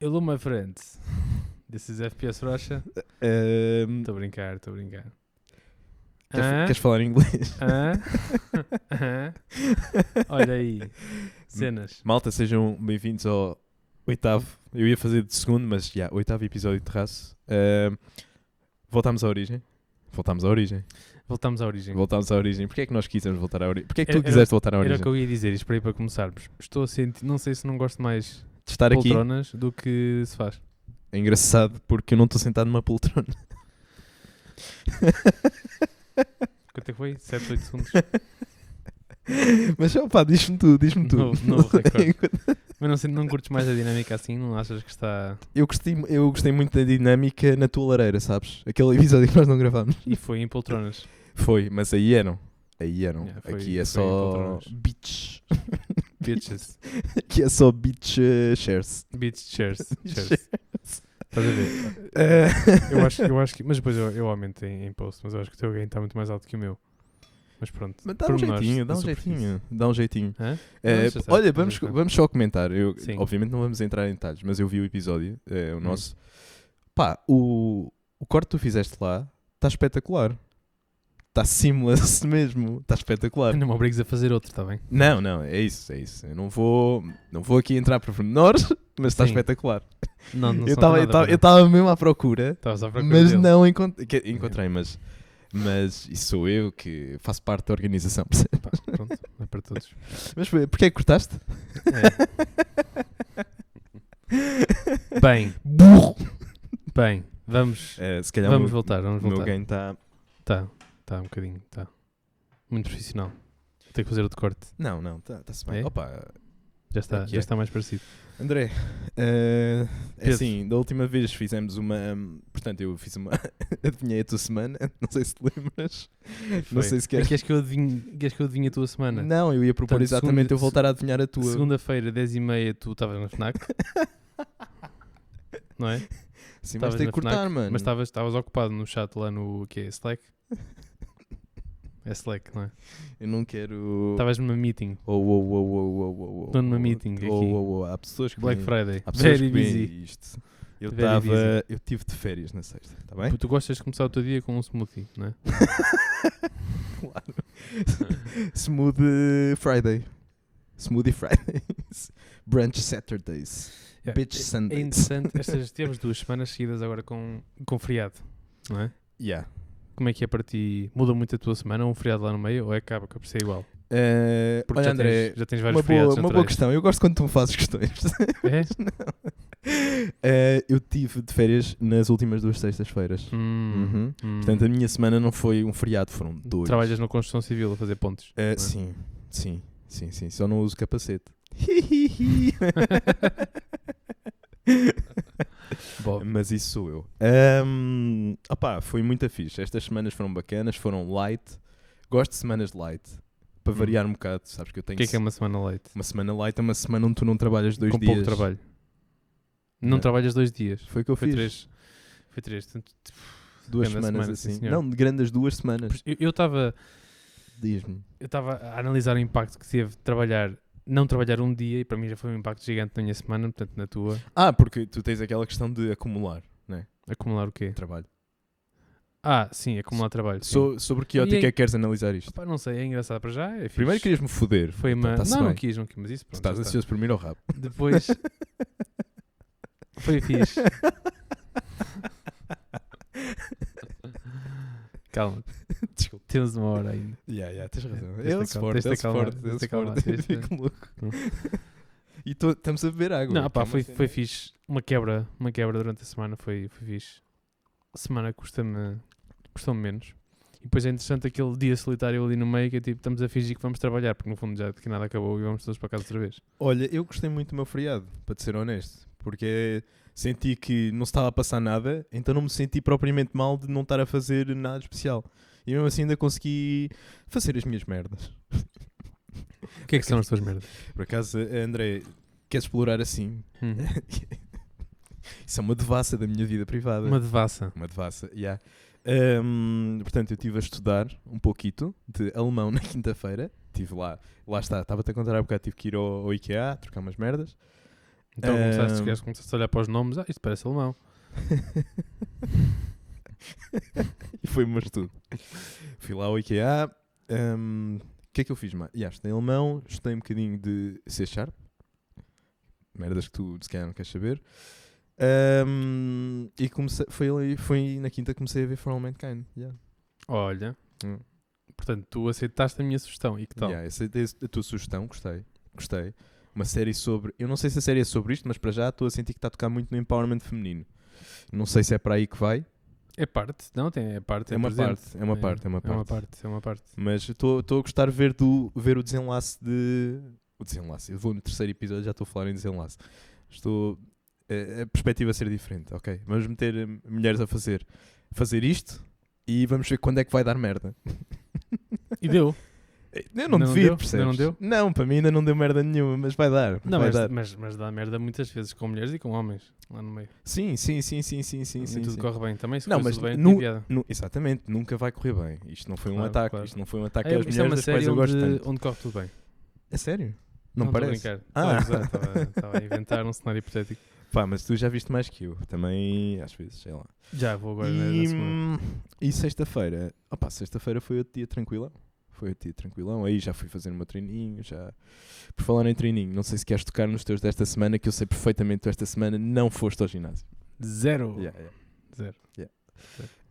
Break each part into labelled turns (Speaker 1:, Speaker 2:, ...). Speaker 1: Eu lou my friends. This is FPS Russia.
Speaker 2: Ahm,
Speaker 1: Estou a brincar, estou a brincar.
Speaker 2: queres,
Speaker 1: Hã?
Speaker 2: queres falar em inglês?
Speaker 1: Hã? Hã? Olha aí. Cenas.
Speaker 2: Malta, sejam bem-vindos ao oitavo. Eu ia fazer de segundo, mas já, oitavo episódio de terraço. Ahm, voltámos à origem. Voltámos à origem.
Speaker 1: Voltamos à origem.
Speaker 2: Voltámos à origem. Porquê é que nós quisemos voltar à origem? Porquê é que tu
Speaker 1: Era- era-
Speaker 2: quiseste voltar à
Speaker 1: Era
Speaker 2: origem?
Speaker 1: o que eu ia dizer, isto para aí para começarmos. Estou a sentir, não sei se não gosto mais
Speaker 2: De estar aqui
Speaker 1: poltronas do que se faz.
Speaker 2: é engraçado porque eu não estou sentado numa poltrona.
Speaker 1: Quanto é que foi? 7, 8 segundos?
Speaker 2: Mas opá, diz-me tu, diz-me tu.
Speaker 1: Novo- novo recorde. Mas não, sei- não curtes mais a dinâmica assim? Não achas que está...
Speaker 2: Eu gostei, eu gostei muito da dinâmica na tua lareira, sabes? Aquele episódio que nós não gravámos.
Speaker 1: E foi em poltronas.
Speaker 2: Foi, mas aí eram. Aí eram.
Speaker 1: Yeah, foi-
Speaker 2: Aqui é
Speaker 1: foi
Speaker 2: só
Speaker 1: poltronas.
Speaker 2: bitch.
Speaker 1: Bitches.
Speaker 2: Aqui é só bitch eh, shares.
Speaker 1: Bitch chairs. Chairs. Estás a ver?
Speaker 2: Eh,
Speaker 1: Eu acho, eu acho que... Mas depois eu, eu aumento em, em post. Mas eu acho que o teu gain está muito mais alto que o meu. Mas pronto.
Speaker 2: mas dá um
Speaker 1: pormenores
Speaker 2: jeitinho, dá
Speaker 1: da
Speaker 2: um
Speaker 1: é superfície. é
Speaker 2: jeitinho. Dá um jeitinho.
Speaker 1: Hã?
Speaker 2: Eh,
Speaker 1: deixa estar,
Speaker 2: olha,
Speaker 1: vamos
Speaker 2: vamos,
Speaker 1: entrar.
Speaker 2: vamos só comentar. Eu,
Speaker 1: Sim.
Speaker 2: obviamente não vamos entrar em detalhes, mas eu vi o episódio, eh, o
Speaker 1: Hum.
Speaker 2: nosso. Pá, o, o corte que tu fizeste lá está espetacular. Está seamless mesmo. Está espetacular.
Speaker 1: Não me obrigues a fazer outro, está bem?
Speaker 2: Não, não, é isso, é isso. Eu não vou, não vou aqui entrar para pormenores, mas está
Speaker 1: Sim.
Speaker 2: espetacular.
Speaker 1: Não, não
Speaker 2: eu
Speaker 1: sou nada, Tá
Speaker 2: estava
Speaker 1: pá.
Speaker 2: eu estava mesmo à procura,
Speaker 1: Estavas à procura
Speaker 2: mas
Speaker 1: dele.
Speaker 2: não encontrei, encontrei mas, mas isso sou eu que faço parte da organização. percebes?
Speaker 1: Pá, pronto, é para todos.
Speaker 2: Mas foi- porquê que cortaste?
Speaker 1: É. Bem,
Speaker 2: Burro!
Speaker 1: bem, vamos,
Speaker 2: Eh, se calhar
Speaker 1: vamos
Speaker 2: o meu,
Speaker 1: voltar, vamos
Speaker 2: o meu
Speaker 1: voltar.
Speaker 2: gain tá, está...
Speaker 1: Está, está um bocadinho, está. Muito profissional. Vou ter que fazer outro corte,
Speaker 2: Não, não, está se bem.
Speaker 1: É?
Speaker 2: Opa,
Speaker 1: já está,
Speaker 2: que
Speaker 1: já
Speaker 2: é.
Speaker 1: está mais parecido.
Speaker 2: André, eh, é
Speaker 1: Pedro.
Speaker 2: assim, da última vez fizemos uma... hum, Portanto, eu fiz uma... Adivinhei a tua semana, não sei se te lembras. Não
Speaker 1: Foi.
Speaker 2: sei se
Speaker 1: É,
Speaker 2: queres...
Speaker 1: Queres que eu adivinhe, queres que eu adivinhe a tua semana?
Speaker 2: Não, eu ia propor
Speaker 1: Portanto,
Speaker 2: exatamente
Speaker 1: segunda-
Speaker 2: eu voltar a adivinhar a tua.
Speaker 1: Segunda-feira, 10h30, tu estavas na FNAC. Não é?
Speaker 2: Sim, mas
Speaker 1: estavas
Speaker 2: tem
Speaker 1: na
Speaker 2: que cortar,
Speaker 1: FNAC,
Speaker 2: mano.
Speaker 1: Mas estavas estavas ocupado no chat lá no o que é? Slack? É Slack, não é?
Speaker 2: Eu não quero.
Speaker 1: Estavas numa meeting,
Speaker 2: Oh, oh, oh, oh, oh, oh, oh,
Speaker 1: Estou numa
Speaker 2: oh,
Speaker 1: meeting aqui.
Speaker 2: Oh, oh, oh. Há pessoas que.
Speaker 1: Black
Speaker 2: vêm-
Speaker 1: Friday.
Speaker 2: Há pessoas
Speaker 1: Very
Speaker 2: que vêm
Speaker 1: busy.
Speaker 2: isto. Eu
Speaker 1: Very
Speaker 2: estava.
Speaker 1: busy.
Speaker 2: Eu estive de férias na sexta, está bem?
Speaker 1: Tu gostas de começar o teu dia com um smoothie, não é?
Speaker 2: claro. Smooth eh, Friday. Smoothie Fridays. Brunch Saturdays.
Speaker 1: Yeah.
Speaker 2: Bitch
Speaker 1: É- É
Speaker 2: Sundays.
Speaker 1: interessante, estas temos duas semanas seguidas agora com, com feriado, não é?
Speaker 2: Yeah.
Speaker 1: Como é que é para ti? Muda muito a tua semana? Há um feriado lá no meio ou é que acaba que ser igual?
Speaker 2: Eh,
Speaker 1: Porque
Speaker 2: olha,
Speaker 1: já,
Speaker 2: André,
Speaker 1: tens, já tens vários
Speaker 2: uma boa,
Speaker 1: feriados
Speaker 2: uma boa
Speaker 1: naturais.
Speaker 2: questão. Eu gosto quando tu me fazes questões.
Speaker 1: É?
Speaker 2: Eh, eu tive de férias nas últimas duas sextas-feiras.
Speaker 1: Hum,
Speaker 2: Uhum.
Speaker 1: hum.
Speaker 2: Portanto, a minha semana não foi um feriado, foram dois.
Speaker 1: Trabalhas na construção civil a fazer pontes.
Speaker 2: Eh,
Speaker 1: não é?
Speaker 2: Sim, sim, sim, sim. Só não uso capacete.
Speaker 1: Bom,
Speaker 2: Mas isso sou eu. Ahm, opá, foi muito fixe. Estas semanas foram bacanas, foram light. Gosto de semanas light. Para
Speaker 1: Hum.
Speaker 2: variar um bocado, sabes que eu tenho
Speaker 1: o que é que é uma semana late?
Speaker 2: uma semana light é uma semana onde tu não trabalhas Tipo, dois
Speaker 1: com
Speaker 2: dias.
Speaker 1: pouco trabalho. Não
Speaker 2: Não.
Speaker 1: trabalhas dois dias.
Speaker 2: Foi o que eu
Speaker 1: Foi
Speaker 2: fiz.
Speaker 1: três. Foi três. Portanto,
Speaker 2: Duas
Speaker 1: Grande
Speaker 2: semanas
Speaker 1: semana, sim,
Speaker 2: assim.
Speaker 1: senhor.
Speaker 2: não, de grandes duas semanas.
Speaker 1: eu- Eu estava...
Speaker 2: Diz-me.
Speaker 1: eu estava a analisar o impacto que teve trabalhar, não trabalhar um dia, e para mim já foi um impacto gigante na minha semana, portanto na tua.
Speaker 2: Ah, porque tu tens aquela questão de acumular
Speaker 1: Acumular o quê?
Speaker 2: trabalho.
Speaker 1: Ah, sim, acumular trabalho. sim.
Speaker 2: So- sobre que
Speaker 1: E
Speaker 2: ótica
Speaker 1: aí-
Speaker 2: é que queres analisar isto?
Speaker 1: Pá, não sei, é engraçado para já. é fixe.
Speaker 2: Primeiro querias-me foder. Então
Speaker 1: Foi uma.
Speaker 2: Tá-se
Speaker 1: não, não
Speaker 2: bem.
Speaker 1: quis, não quis, mas isso
Speaker 2: Se
Speaker 1: pronto.
Speaker 2: estás
Speaker 1: já está.
Speaker 2: ansioso por mim, não rabo.
Speaker 1: Depois. foi fixe. Calma.
Speaker 2: Desculpa.
Speaker 1: Temos uma hora ainda.
Speaker 2: Yeah, yeah, tens razão.
Speaker 1: tens de
Speaker 2: Eu
Speaker 1: acalmar- tens
Speaker 2: suporte,
Speaker 1: de
Speaker 2: eu
Speaker 1: acalmar,
Speaker 2: suporte,
Speaker 1: tens
Speaker 2: eu
Speaker 1: de acalmar,
Speaker 2: suporte. Eu
Speaker 1: tens de-
Speaker 2: fico louco. E tô- estamos a beber água.
Speaker 1: Não,
Speaker 2: que é
Speaker 1: pá,
Speaker 2: uma
Speaker 1: foi,
Speaker 2: cena-
Speaker 1: foi fixe. Uma quebra, uma quebra durante a semana foi, foi fixe. A semana custa-me custa menos. E depois é interessante aquele dia solitário ali no meio que é tipo, estamos a fingir que vamos trabalhar, porque no fundo já que nada acabou e vamos todos para casa outra vez.
Speaker 2: Olha, eu gostei muito do meu feriado, para te ser honesto. Porque senti que não se estava a passar nada, então não me senti propriamente mal de não estar a fazer nada especial. E mesmo assim ainda consegui fazer as minhas merdas.
Speaker 1: O que é que são as tuas merdas?
Speaker 2: Por acaso, André, queres explorar assim?
Speaker 1: Hum.
Speaker 2: Isso é uma devassa da minha vida privada.
Speaker 1: Uma devassa.
Speaker 2: Uma devassa, yeah. Hum, portanto, eu estive a estudar um pouquito de alemão na quinta-feira. Estive lá, lá está, estava-te a contar há bocado, tive que ir ao, ao IKEA, trocar umas merdas.
Speaker 1: Então começaste,
Speaker 2: Ahm.
Speaker 1: queres- começaste a olhar para os nomes, ah, isto parece alemão.
Speaker 2: E foi meu estudo. Fui lá ao IKEA. hum, O que é que eu fiz? mais? Yeah, estudei alemão, estudei um bocadinho de C Sharp. Merdas que tu se calhar não queres saber. Hum, e comecei, foi, ali, foi na quinta que comecei a ver For All Mankind. Yeah.
Speaker 1: Olha,
Speaker 2: Hum.
Speaker 1: portanto, tu aceitaste a minha sugestão e que tal?
Speaker 2: Yeah, aceitei a tua sugestão, gostei. Gostei. Uma série sobre. Eu não sei se a série é sobre isto, mas para já estou a sentir que está a tocar muito no empowerment feminino. Não sei se é para aí que vai.
Speaker 1: É parte, não tem, é parte.
Speaker 2: É uma
Speaker 1: presente.
Speaker 2: parte, é uma parte, é uma
Speaker 1: É uma
Speaker 2: parte.
Speaker 1: parte, é uma parte.
Speaker 2: Mas estou a gostar de ver, do, ver o desenlace de. O desenlace. Eu vou no terceiro episódio já estou a falar em desenlace. Estou. é, A, a perspectiva a ser diferente, ok? Vamos meter hum, mulheres a fazer, fazer isto e vamos ver quando é que vai dar merda.
Speaker 1: E deu.
Speaker 2: Eu não,
Speaker 1: Não
Speaker 2: devia,
Speaker 1: deu?
Speaker 2: percebes?
Speaker 1: Não deu?
Speaker 2: Não, para mim ainda não deu merda nenhuma, mas vai dar.
Speaker 1: Não,
Speaker 2: vai
Speaker 1: mas,
Speaker 2: dar.
Speaker 1: mas, mas dá merda muitas vezes com mulheres e com homens lá no meio.
Speaker 2: Sim, sim, sim, sim, sim, sim,
Speaker 1: Nem
Speaker 2: sim.
Speaker 1: tudo
Speaker 2: sim.
Speaker 1: corre bem também, se
Speaker 2: Não,
Speaker 1: corre
Speaker 2: mas
Speaker 1: tudo bem,
Speaker 2: nu-
Speaker 1: tem piada.
Speaker 2: Nu- exatamente, nunca vai correr bem. Isto não foi um
Speaker 1: Claro,
Speaker 2: ataque,
Speaker 1: claro.
Speaker 2: isto não foi um ataque
Speaker 1: É,
Speaker 2: às
Speaker 1: isto é
Speaker 2: mulheres
Speaker 1: uma
Speaker 2: das quais
Speaker 1: série
Speaker 2: eu gosto
Speaker 1: onde,
Speaker 2: tanto.
Speaker 1: onde corre tudo bem.
Speaker 2: É sério?
Speaker 1: estou
Speaker 2: Não,
Speaker 1: a
Speaker 2: parece?
Speaker 1: brincar. Estava
Speaker 2: Ah.
Speaker 1: a gozar, Estava estava a inventar um cenário hipotético.
Speaker 2: Pá, mas tu já viste mais que eu, também às vezes, sei lá.
Speaker 1: Já vou agora na- na
Speaker 2: E,
Speaker 1: segunda.
Speaker 2: hum, e sexta-feira? Opa, sexta-feira foi outro dia tranquilão. Foi outro dia tranquilão. Aí já fui fazer o meu treininho, já... Por falar em treininho, não sei se queres tocar nos teus desta semana, que eu sei perfeitamente que tu esta semana não foste ao ginásio.
Speaker 1: Zero.
Speaker 2: Yeah, yeah.
Speaker 1: Zero.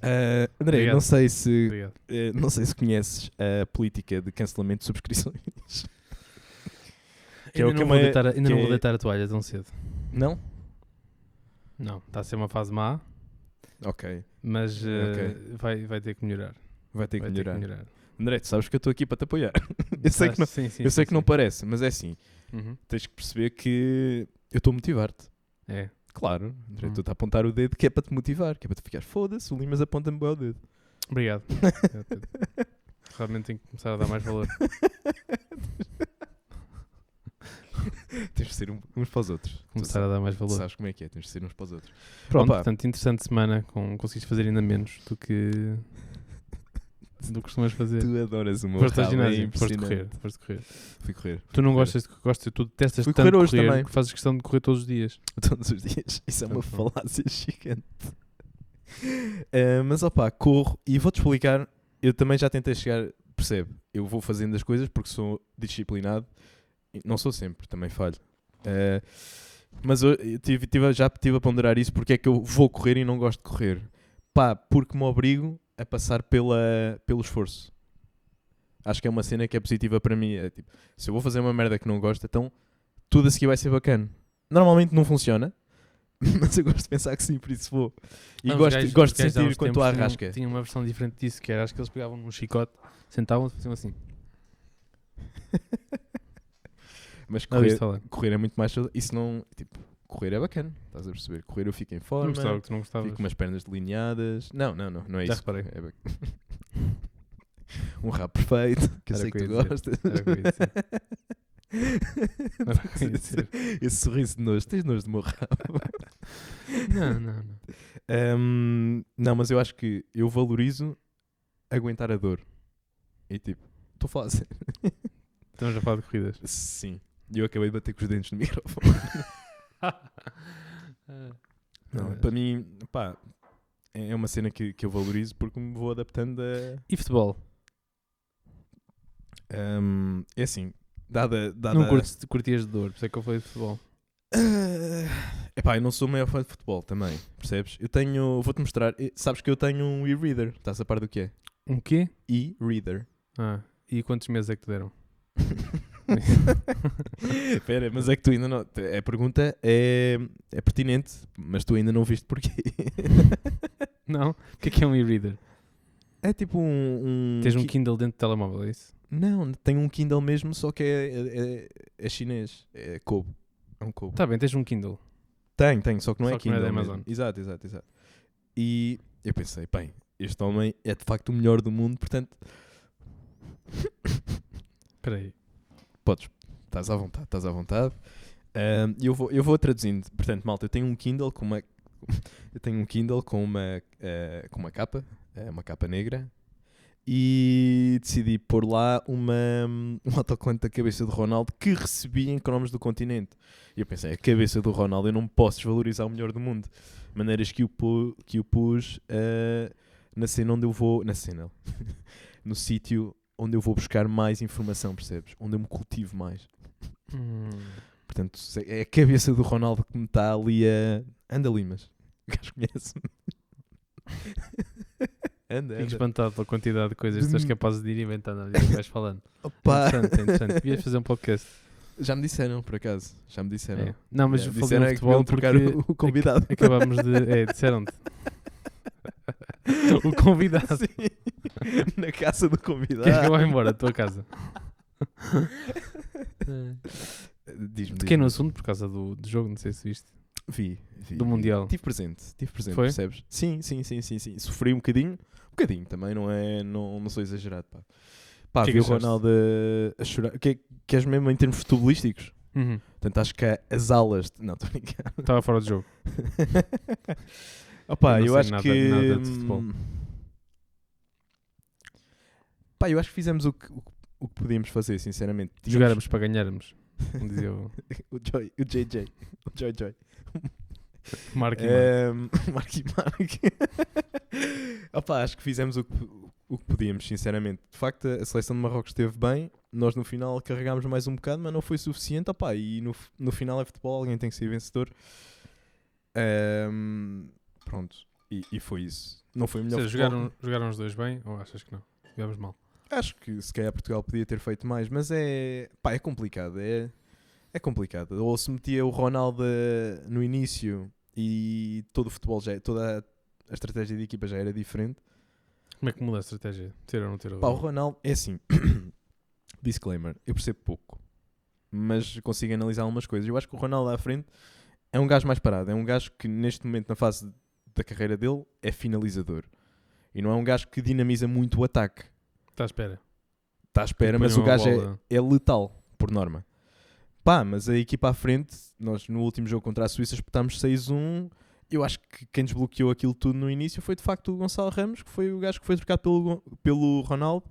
Speaker 2: Ah, André,
Speaker 1: Obrigado.
Speaker 2: não sei se
Speaker 1: Obrigado.
Speaker 2: eh, não sei se conheces a política de cancelamento de subscrições. Que é o
Speaker 1: ainda
Speaker 2: que
Speaker 1: não, vou
Speaker 2: uma-
Speaker 1: deitar, a- ainda
Speaker 2: que
Speaker 1: não vou
Speaker 2: é-
Speaker 1: deitar a toalha tão cedo.
Speaker 2: Não?
Speaker 1: Não, está a ser uma fase má,
Speaker 2: Ok.
Speaker 1: mas eh,
Speaker 2: Ok.
Speaker 1: vai, vai ter que melhorar.
Speaker 2: Vai ter que
Speaker 1: vai
Speaker 2: melhorar.
Speaker 1: ter que melhorar. Tá,
Speaker 2: André, tu sabes que eu estou aqui para te apoiar. Eu sei que não-
Speaker 1: Sim, sim,
Speaker 2: eu sei
Speaker 1: sim,
Speaker 2: que não
Speaker 1: sim.
Speaker 2: parece, mas é assim.
Speaker 1: Uhum.
Speaker 2: Tens que perceber que eu estou a motivar-te.
Speaker 1: É.
Speaker 2: Claro, André,
Speaker 1: Hum.
Speaker 2: tu estás a apontar o dedo que é para te motivar, que é para tu ficar foda-se, o Limas aponta-me bem o dedo.
Speaker 1: Obrigado. É Realmente tenho que começar a dar mais valor.
Speaker 2: Tens de ser um- uns para os outros. Tu
Speaker 1: Começar a dar mais
Speaker 2: sabes,
Speaker 1: valor.
Speaker 2: sabes como é que é, tens de ser uns para os outros.
Speaker 1: Pronto,
Speaker 2: Opa.
Speaker 1: portanto, interessante semana. Com, conseguiste fazer ainda menos do que do que costumas fazer.
Speaker 2: Tu adoras o meu
Speaker 1: foste ao
Speaker 2: rabo, é
Speaker 1: ginásio, foste
Speaker 2: impressionante.
Speaker 1: correr, foste correr.
Speaker 2: Fui correr.
Speaker 1: Tu não
Speaker 2: correr.
Speaker 1: gostas de gostas, tu detestas
Speaker 2: Fui
Speaker 1: tanto
Speaker 2: correr hoje também.
Speaker 1: que fazes questão de correr todos os dias.
Speaker 2: Todos os dias. Isso é uma
Speaker 1: Então, pronto.
Speaker 2: falácia gigante. Eh, mas opá, corro e vou-te explicar. Eu também já tentei chegar, percebe? Eu vou fazendo as coisas porque sou disciplinado. E Não sou sempre, também falho. Eh, mas eu, eu tive, tive a- já estive a ponderar isso porque é que eu vou correr e não gosto de correr. Pá, porque me obrigo a passar pela, pelo esforço. Acho que é uma cena que é positiva para mim. É tipo, se eu vou fazer uma merda que não gosto, então tudo a seguir vai ser bacana. Normalmente não funciona, mas eu gosto de pensar que sim, por isso vou. E
Speaker 1: Ah, os
Speaker 2: gosto,
Speaker 1: gajos-
Speaker 2: gosto
Speaker 1: os
Speaker 2: de
Speaker 1: gajos há
Speaker 2: sentir
Speaker 1: uns
Speaker 2: quanto
Speaker 1: tempos
Speaker 2: à
Speaker 1: tinham-
Speaker 2: rasca.
Speaker 1: Tinha uma versão diferente disso, que era acho que eles pegavam num chicote, sentavam-se e faziam assim.
Speaker 2: Mas
Speaker 1: Não,
Speaker 2: correr,
Speaker 1: isto fala.
Speaker 2: correr é muito mais. saudável. Isso não. Tipo, correr é bacana, estás a perceber? Correr eu fico em
Speaker 1: Não
Speaker 2: forma,
Speaker 1: gostava que tu não gostavas.
Speaker 2: fico com as pernas delineadas. Não, não, não, não é
Speaker 1: Já
Speaker 2: isso.
Speaker 1: reparei.
Speaker 2: É bac- um rap perfeito, que eu
Speaker 1: Era
Speaker 2: sei
Speaker 1: o que
Speaker 2: que tu
Speaker 1: eu ia dizer.
Speaker 2: gostas.
Speaker 1: Era o que eu ia Era o que eu ia dizer.
Speaker 2: Esse sorriso de nojo, tens nojo de meu rabo.
Speaker 1: Não, não, não.
Speaker 2: Hum, não, mas eu acho que eu valorizo aguentar a dor. E tipo, estou a falar a sério.
Speaker 1: Estamos a falar de corridas.
Speaker 2: Sim. E eu acabei de bater com os dentes no microfone. Não,
Speaker 1: Ah.
Speaker 2: para mim, pá, é uma cena que, que eu valorizo porque me vou adaptando a.
Speaker 1: E futebol?
Speaker 2: Hum, é assim, dada. dada
Speaker 1: Não curtes, curtias de dor, por isso é que eu falei de futebol.
Speaker 2: Ah, epá, eu não sou o maior fã de futebol também, percebes? Eu tenho. Vou-te mostrar. eh, Sabes que eu tenho um e-reader. Estás a par do que é?
Speaker 1: Um quê?
Speaker 2: E-reader.
Speaker 1: Ah, e quantos meses é que te deram?
Speaker 2: Espera, mas é que tu ainda não. A pergunta é, é pertinente, mas tu ainda não viste porquê.
Speaker 1: Não? O que é que é um e-reader?
Speaker 2: É tipo um. um
Speaker 1: Tens um
Speaker 2: ki-
Speaker 1: Kindle dentro do telemóvel, é isso?
Speaker 2: Não, tem um Kindle mesmo, só que é, é, é- é chinês. É Kobo. É um Kobo.
Speaker 1: Tá bem, tens um Kindle.
Speaker 2: Tem, tem, só que não
Speaker 1: Só
Speaker 2: é
Speaker 1: que não é
Speaker 2: Kindle.
Speaker 1: da
Speaker 2: mesmo.
Speaker 1: Amazon.
Speaker 2: Exato, exato, exato. E eu pensei, bem, este homem é de facto o melhor do mundo, portanto,
Speaker 1: Espera aí.
Speaker 2: podes, estás à vontade, estás à vontade. Ahm, E eu, vou, eu vou traduzindo. Portanto, malta, eu tenho um Kindle com uma. ah, Eu tenho um Kindle com uma, eh, com uma capa, eh, uma capa ah, negra. e decidi pôr lá uma, um autocolante da cabeça do Ronaldo que recebi em cromos do continente. E eu pensei, a cabeça do Ronaldo, eu não posso desvalorizar o melhor do mundo. Maneiras que o, pu- que o pus eh, na cena onde eu vou. Na cena, no sítio onde eu vou buscar mais informação, percebes? Onde eu me cultivo mais.
Speaker 1: Hum.
Speaker 2: Portanto, se- é a cabeça do Ronaldo que me está ali a. Anda, Limas. O gajo conhece-me. anda,
Speaker 1: Fico
Speaker 2: anda.
Speaker 1: espantado pela quantidade de coisas que estás capaz de ir inventando à medida que vais falando.
Speaker 2: Opa.
Speaker 1: Interessante, interessante. Devias fazer um podcast.
Speaker 2: Já me disseram, por acaso. Já me disseram.
Speaker 1: É. Não, mas
Speaker 2: É,
Speaker 1: falei no
Speaker 2: é que
Speaker 1: futebol
Speaker 2: deviam
Speaker 1: porque
Speaker 2: trocar o- o convidado.
Speaker 1: acabámos de... É, disseram-te. O convidado.
Speaker 2: Sim. Na casa do convidado.
Speaker 1: Queres que eu vá embora da tua casa?
Speaker 2: Diz-me.
Speaker 1: Toquei no
Speaker 2: diz-me.
Speaker 1: assunto por causa do, do jogo, não sei se viste.
Speaker 2: Vi, vi.
Speaker 1: Do
Speaker 2: vi.
Speaker 1: Mundial.
Speaker 2: Tive presente, tive presente,
Speaker 1: Foi?
Speaker 2: percebes? Sim, sim, sim, sim, sim. Sofri um bocadinho. Um bocadinho também, não é? Não, não sou exagerado, pá. Pá,
Speaker 1: Que é que
Speaker 2: vi o
Speaker 1: achaste?
Speaker 2: Ronaldo a- a chorar. Que, queres mesmo em termos futebolísticos?
Speaker 1: Uhum.
Speaker 2: Portanto, acho que há as alas. de- Não, estou brincando.
Speaker 1: Estava fora do jogo.
Speaker 2: Opa,
Speaker 1: Eu não
Speaker 2: eu,
Speaker 1: sei
Speaker 2: acho
Speaker 1: nada-
Speaker 2: que.
Speaker 1: nada de futebol.
Speaker 2: hum, Pá, eu acho que fizemos o que, o, que- o que podíamos fazer, sinceramente. Tínhamos-
Speaker 1: Jogarmos para ganharmos. Como dizia o
Speaker 2: o Joy, o JJ. O Joy Joy.
Speaker 1: Marco. e Marco.
Speaker 2: Ehm, Mark e Mark. Opa, acho que fizemos o que, o que podíamos, sinceramente. De facto, a seleção de Marrocos esteve bem. Nós no final carregámos mais um bocado, mas não foi suficiente. Opa, e no, f- no final é futebol, alguém tem que ser vencedor. Ehm, pronto, e, e foi isso. Não foi o
Speaker 1: Ou
Speaker 2: melhor
Speaker 1: seja,
Speaker 2: futebol.
Speaker 1: jogaram, jogaram os dois bem ou achas que não? Jogámos mal.
Speaker 2: Acho que se calhar Portugal podia ter feito mais, mas é. pá, é complicado. É, é complicado. Ou se metia o Ronaldo eh, no início e todo o futebol já. é, toda a- a estratégia de equipa já era diferente.
Speaker 1: Como é que muda a estratégia? Ter ou não ter?
Speaker 2: Pá, o Ronaldo é assim. Disclaimer, eu percebo pouco, mas consigo analisar algumas coisas. Eu acho que o Ronaldo à frente é um gajo mais parado, é um gajo que neste momento, na fase da carreira dele, é finalizador. E não é um gajo que dinamiza muito o ataque.
Speaker 1: Está Tá à espera.
Speaker 2: Está Tá à espera, mas o
Speaker 1: Põe uma
Speaker 2: gajo é,
Speaker 1: bola.
Speaker 2: é letal, por norma. Pá, mas a equipa à frente, nós no último jogo contra a Suíça espetámos 6-1. Eu acho que quem desbloqueou aquilo tudo no início foi de facto o Gonçalo Ramos, que foi o gajo que foi trocado pelo, Gon- pelo Ronaldo.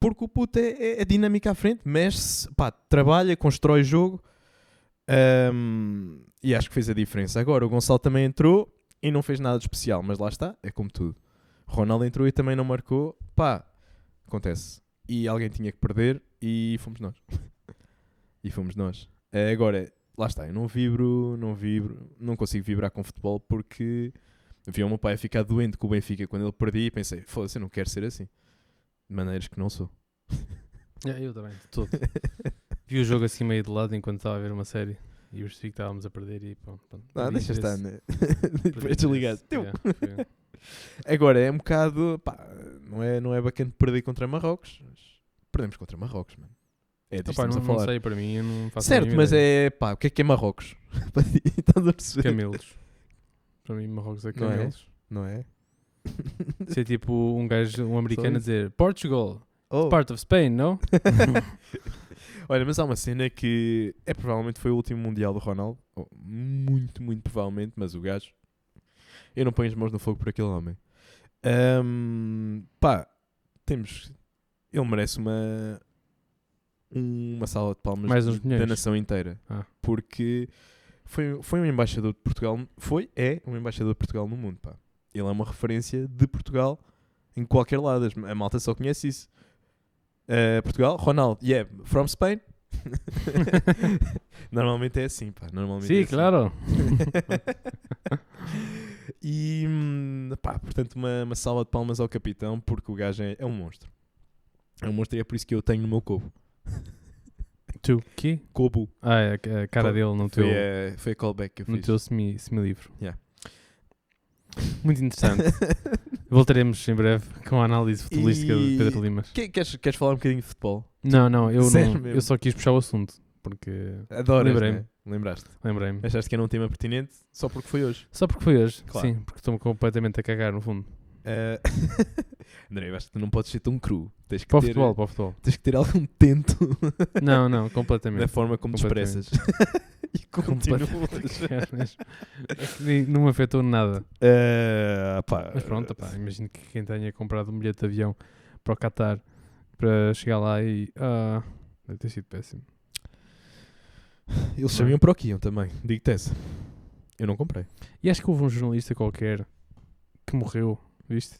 Speaker 2: Porque o puto é, é, é dinâmica à frente, mexe-se, pá, trabalha, constrói jogo. Ahm, e acho que fez a diferença. Agora, o Gonçalo também entrou e não fez nada de especial, mas lá está, é como tudo. Ronaldo entrou e também não marcou. Pá, acontece e alguém tinha que perder e fomos nós. e fomos nós. Eh, Agora, lá está, eu não vibro, não vibro, não consigo vibrar com futebol porque vi o meu pai ficar doente com o Benfica quando ele perdia e pensei, foda-se, eu não quero ser assim. De maneiras que não sou.
Speaker 1: É, eu também, de todo. Vi o jogo assim meio de lado enquanto estava a ver uma série e eu percebi que estávamos a perder e pronto. pronto.
Speaker 2: Ah,
Speaker 1: Perdi
Speaker 2: deixa estar,
Speaker 1: interesse,
Speaker 2: né?
Speaker 1: perdi
Speaker 2: Depois
Speaker 1: interesse.
Speaker 2: desligaste. Teu.
Speaker 1: Yeah, foi-
Speaker 2: Agora é um bocado, pá, não é, não é bacana perder contra Marrocos, mas perdemos contra Marrocos, mano. É disto
Speaker 1: Opa,
Speaker 2: que estamos
Speaker 1: não,
Speaker 2: a falar.
Speaker 1: não sei, para mim, eu não faço a
Speaker 2: certo,
Speaker 1: mínima
Speaker 2: mas
Speaker 1: ideia.
Speaker 2: é pá, o que é que é Marrocos? Para ti, Estás a perceber?
Speaker 1: Camelos. Para mim, Marrocos é
Speaker 2: Não é?
Speaker 1: camelos.
Speaker 2: Não é?
Speaker 1: Isso é tipo um gajo, um americano,
Speaker 2: Sorry.
Speaker 1: a dizer Portugal,
Speaker 2: Oh.
Speaker 1: part of Spain, não?
Speaker 2: Olha, mas há uma cena que é provavelmente foi o último Mundial do Ronaldo. Oh, Muito, muito provavelmente, mas o gajo. Eu não ponho as mãos no fogo por aquele homem. Ahm, pá, temos. Ele merece uma. Uma sala de palmas
Speaker 1: Mais uns
Speaker 2: de- da
Speaker 1: milhões.
Speaker 2: nação inteira.
Speaker 1: Ah.
Speaker 2: Porque foi, foi um embaixador de Portugal. Foi, é um embaixador de Portugal no mundo, pá. Ele é uma referência de Portugal em qualquer lado. As- A malta só conhece isso. Uh, Portugal, Ronaldo, yeah, from Spain. Normalmente é assim, pá. Normalmente é
Speaker 1: Sim,
Speaker 2: assim.
Speaker 1: claro.
Speaker 2: e hum, pá, portanto, uma, uma salva de palmas ao capitão, porque o gajo é, é um monstro. É um monstro e é por isso que eu tenho no meu cobo.
Speaker 1: Tu, que?
Speaker 2: Cobo
Speaker 1: Ah, é a- a cara
Speaker 2: Qual-
Speaker 1: dele no teu,
Speaker 2: foi, eh, foi a callback que eu
Speaker 1: no
Speaker 2: fiz.
Speaker 1: teu semi- semilivro.
Speaker 2: Yeah.
Speaker 1: Muito interessante. Voltaremos em breve com a análise futebolística de
Speaker 2: E-
Speaker 1: Pedro Limas.
Speaker 2: Que- queres, queres falar um bocadinho de futebol?
Speaker 1: Não, não, eu,
Speaker 2: Sério
Speaker 1: não, eu
Speaker 2: mesmo?
Speaker 1: só quis puxar o assunto, porque
Speaker 2: Adoro.
Speaker 1: Lembrei-me.
Speaker 2: Lembraste?
Speaker 1: lembrei-me.
Speaker 2: Achaste que era um tema pertinente só porque foi hoje.
Speaker 1: Só porque foi hoje,
Speaker 2: Claro.
Speaker 1: sim, porque estou-me completamente a cagar no fundo.
Speaker 2: Eh, André, eu acho que tu não podes ser tão cru. Tens que
Speaker 1: Para o
Speaker 2: ter,
Speaker 1: futebol, para o futebol.
Speaker 2: Tens que ter algum tento
Speaker 1: Não, não,
Speaker 2: na
Speaker 1: completamente.
Speaker 2: forma como te
Speaker 1: Completamente.
Speaker 2: expressas. e continuas.
Speaker 1: É que nem- não me afetou nada.
Speaker 2: Eh, pá,
Speaker 1: Mas pronto, pá, imagino que quem tenha comprado um bilhete de avião para o Qatar para chegar lá e. ah, deve ter sido péssimo.
Speaker 2: Eles
Speaker 1: Não.
Speaker 2: sabiam para o que iam também. Digo-te essa. Eu não comprei.
Speaker 1: E acho que houve um jornalista qualquer que morreu, viste?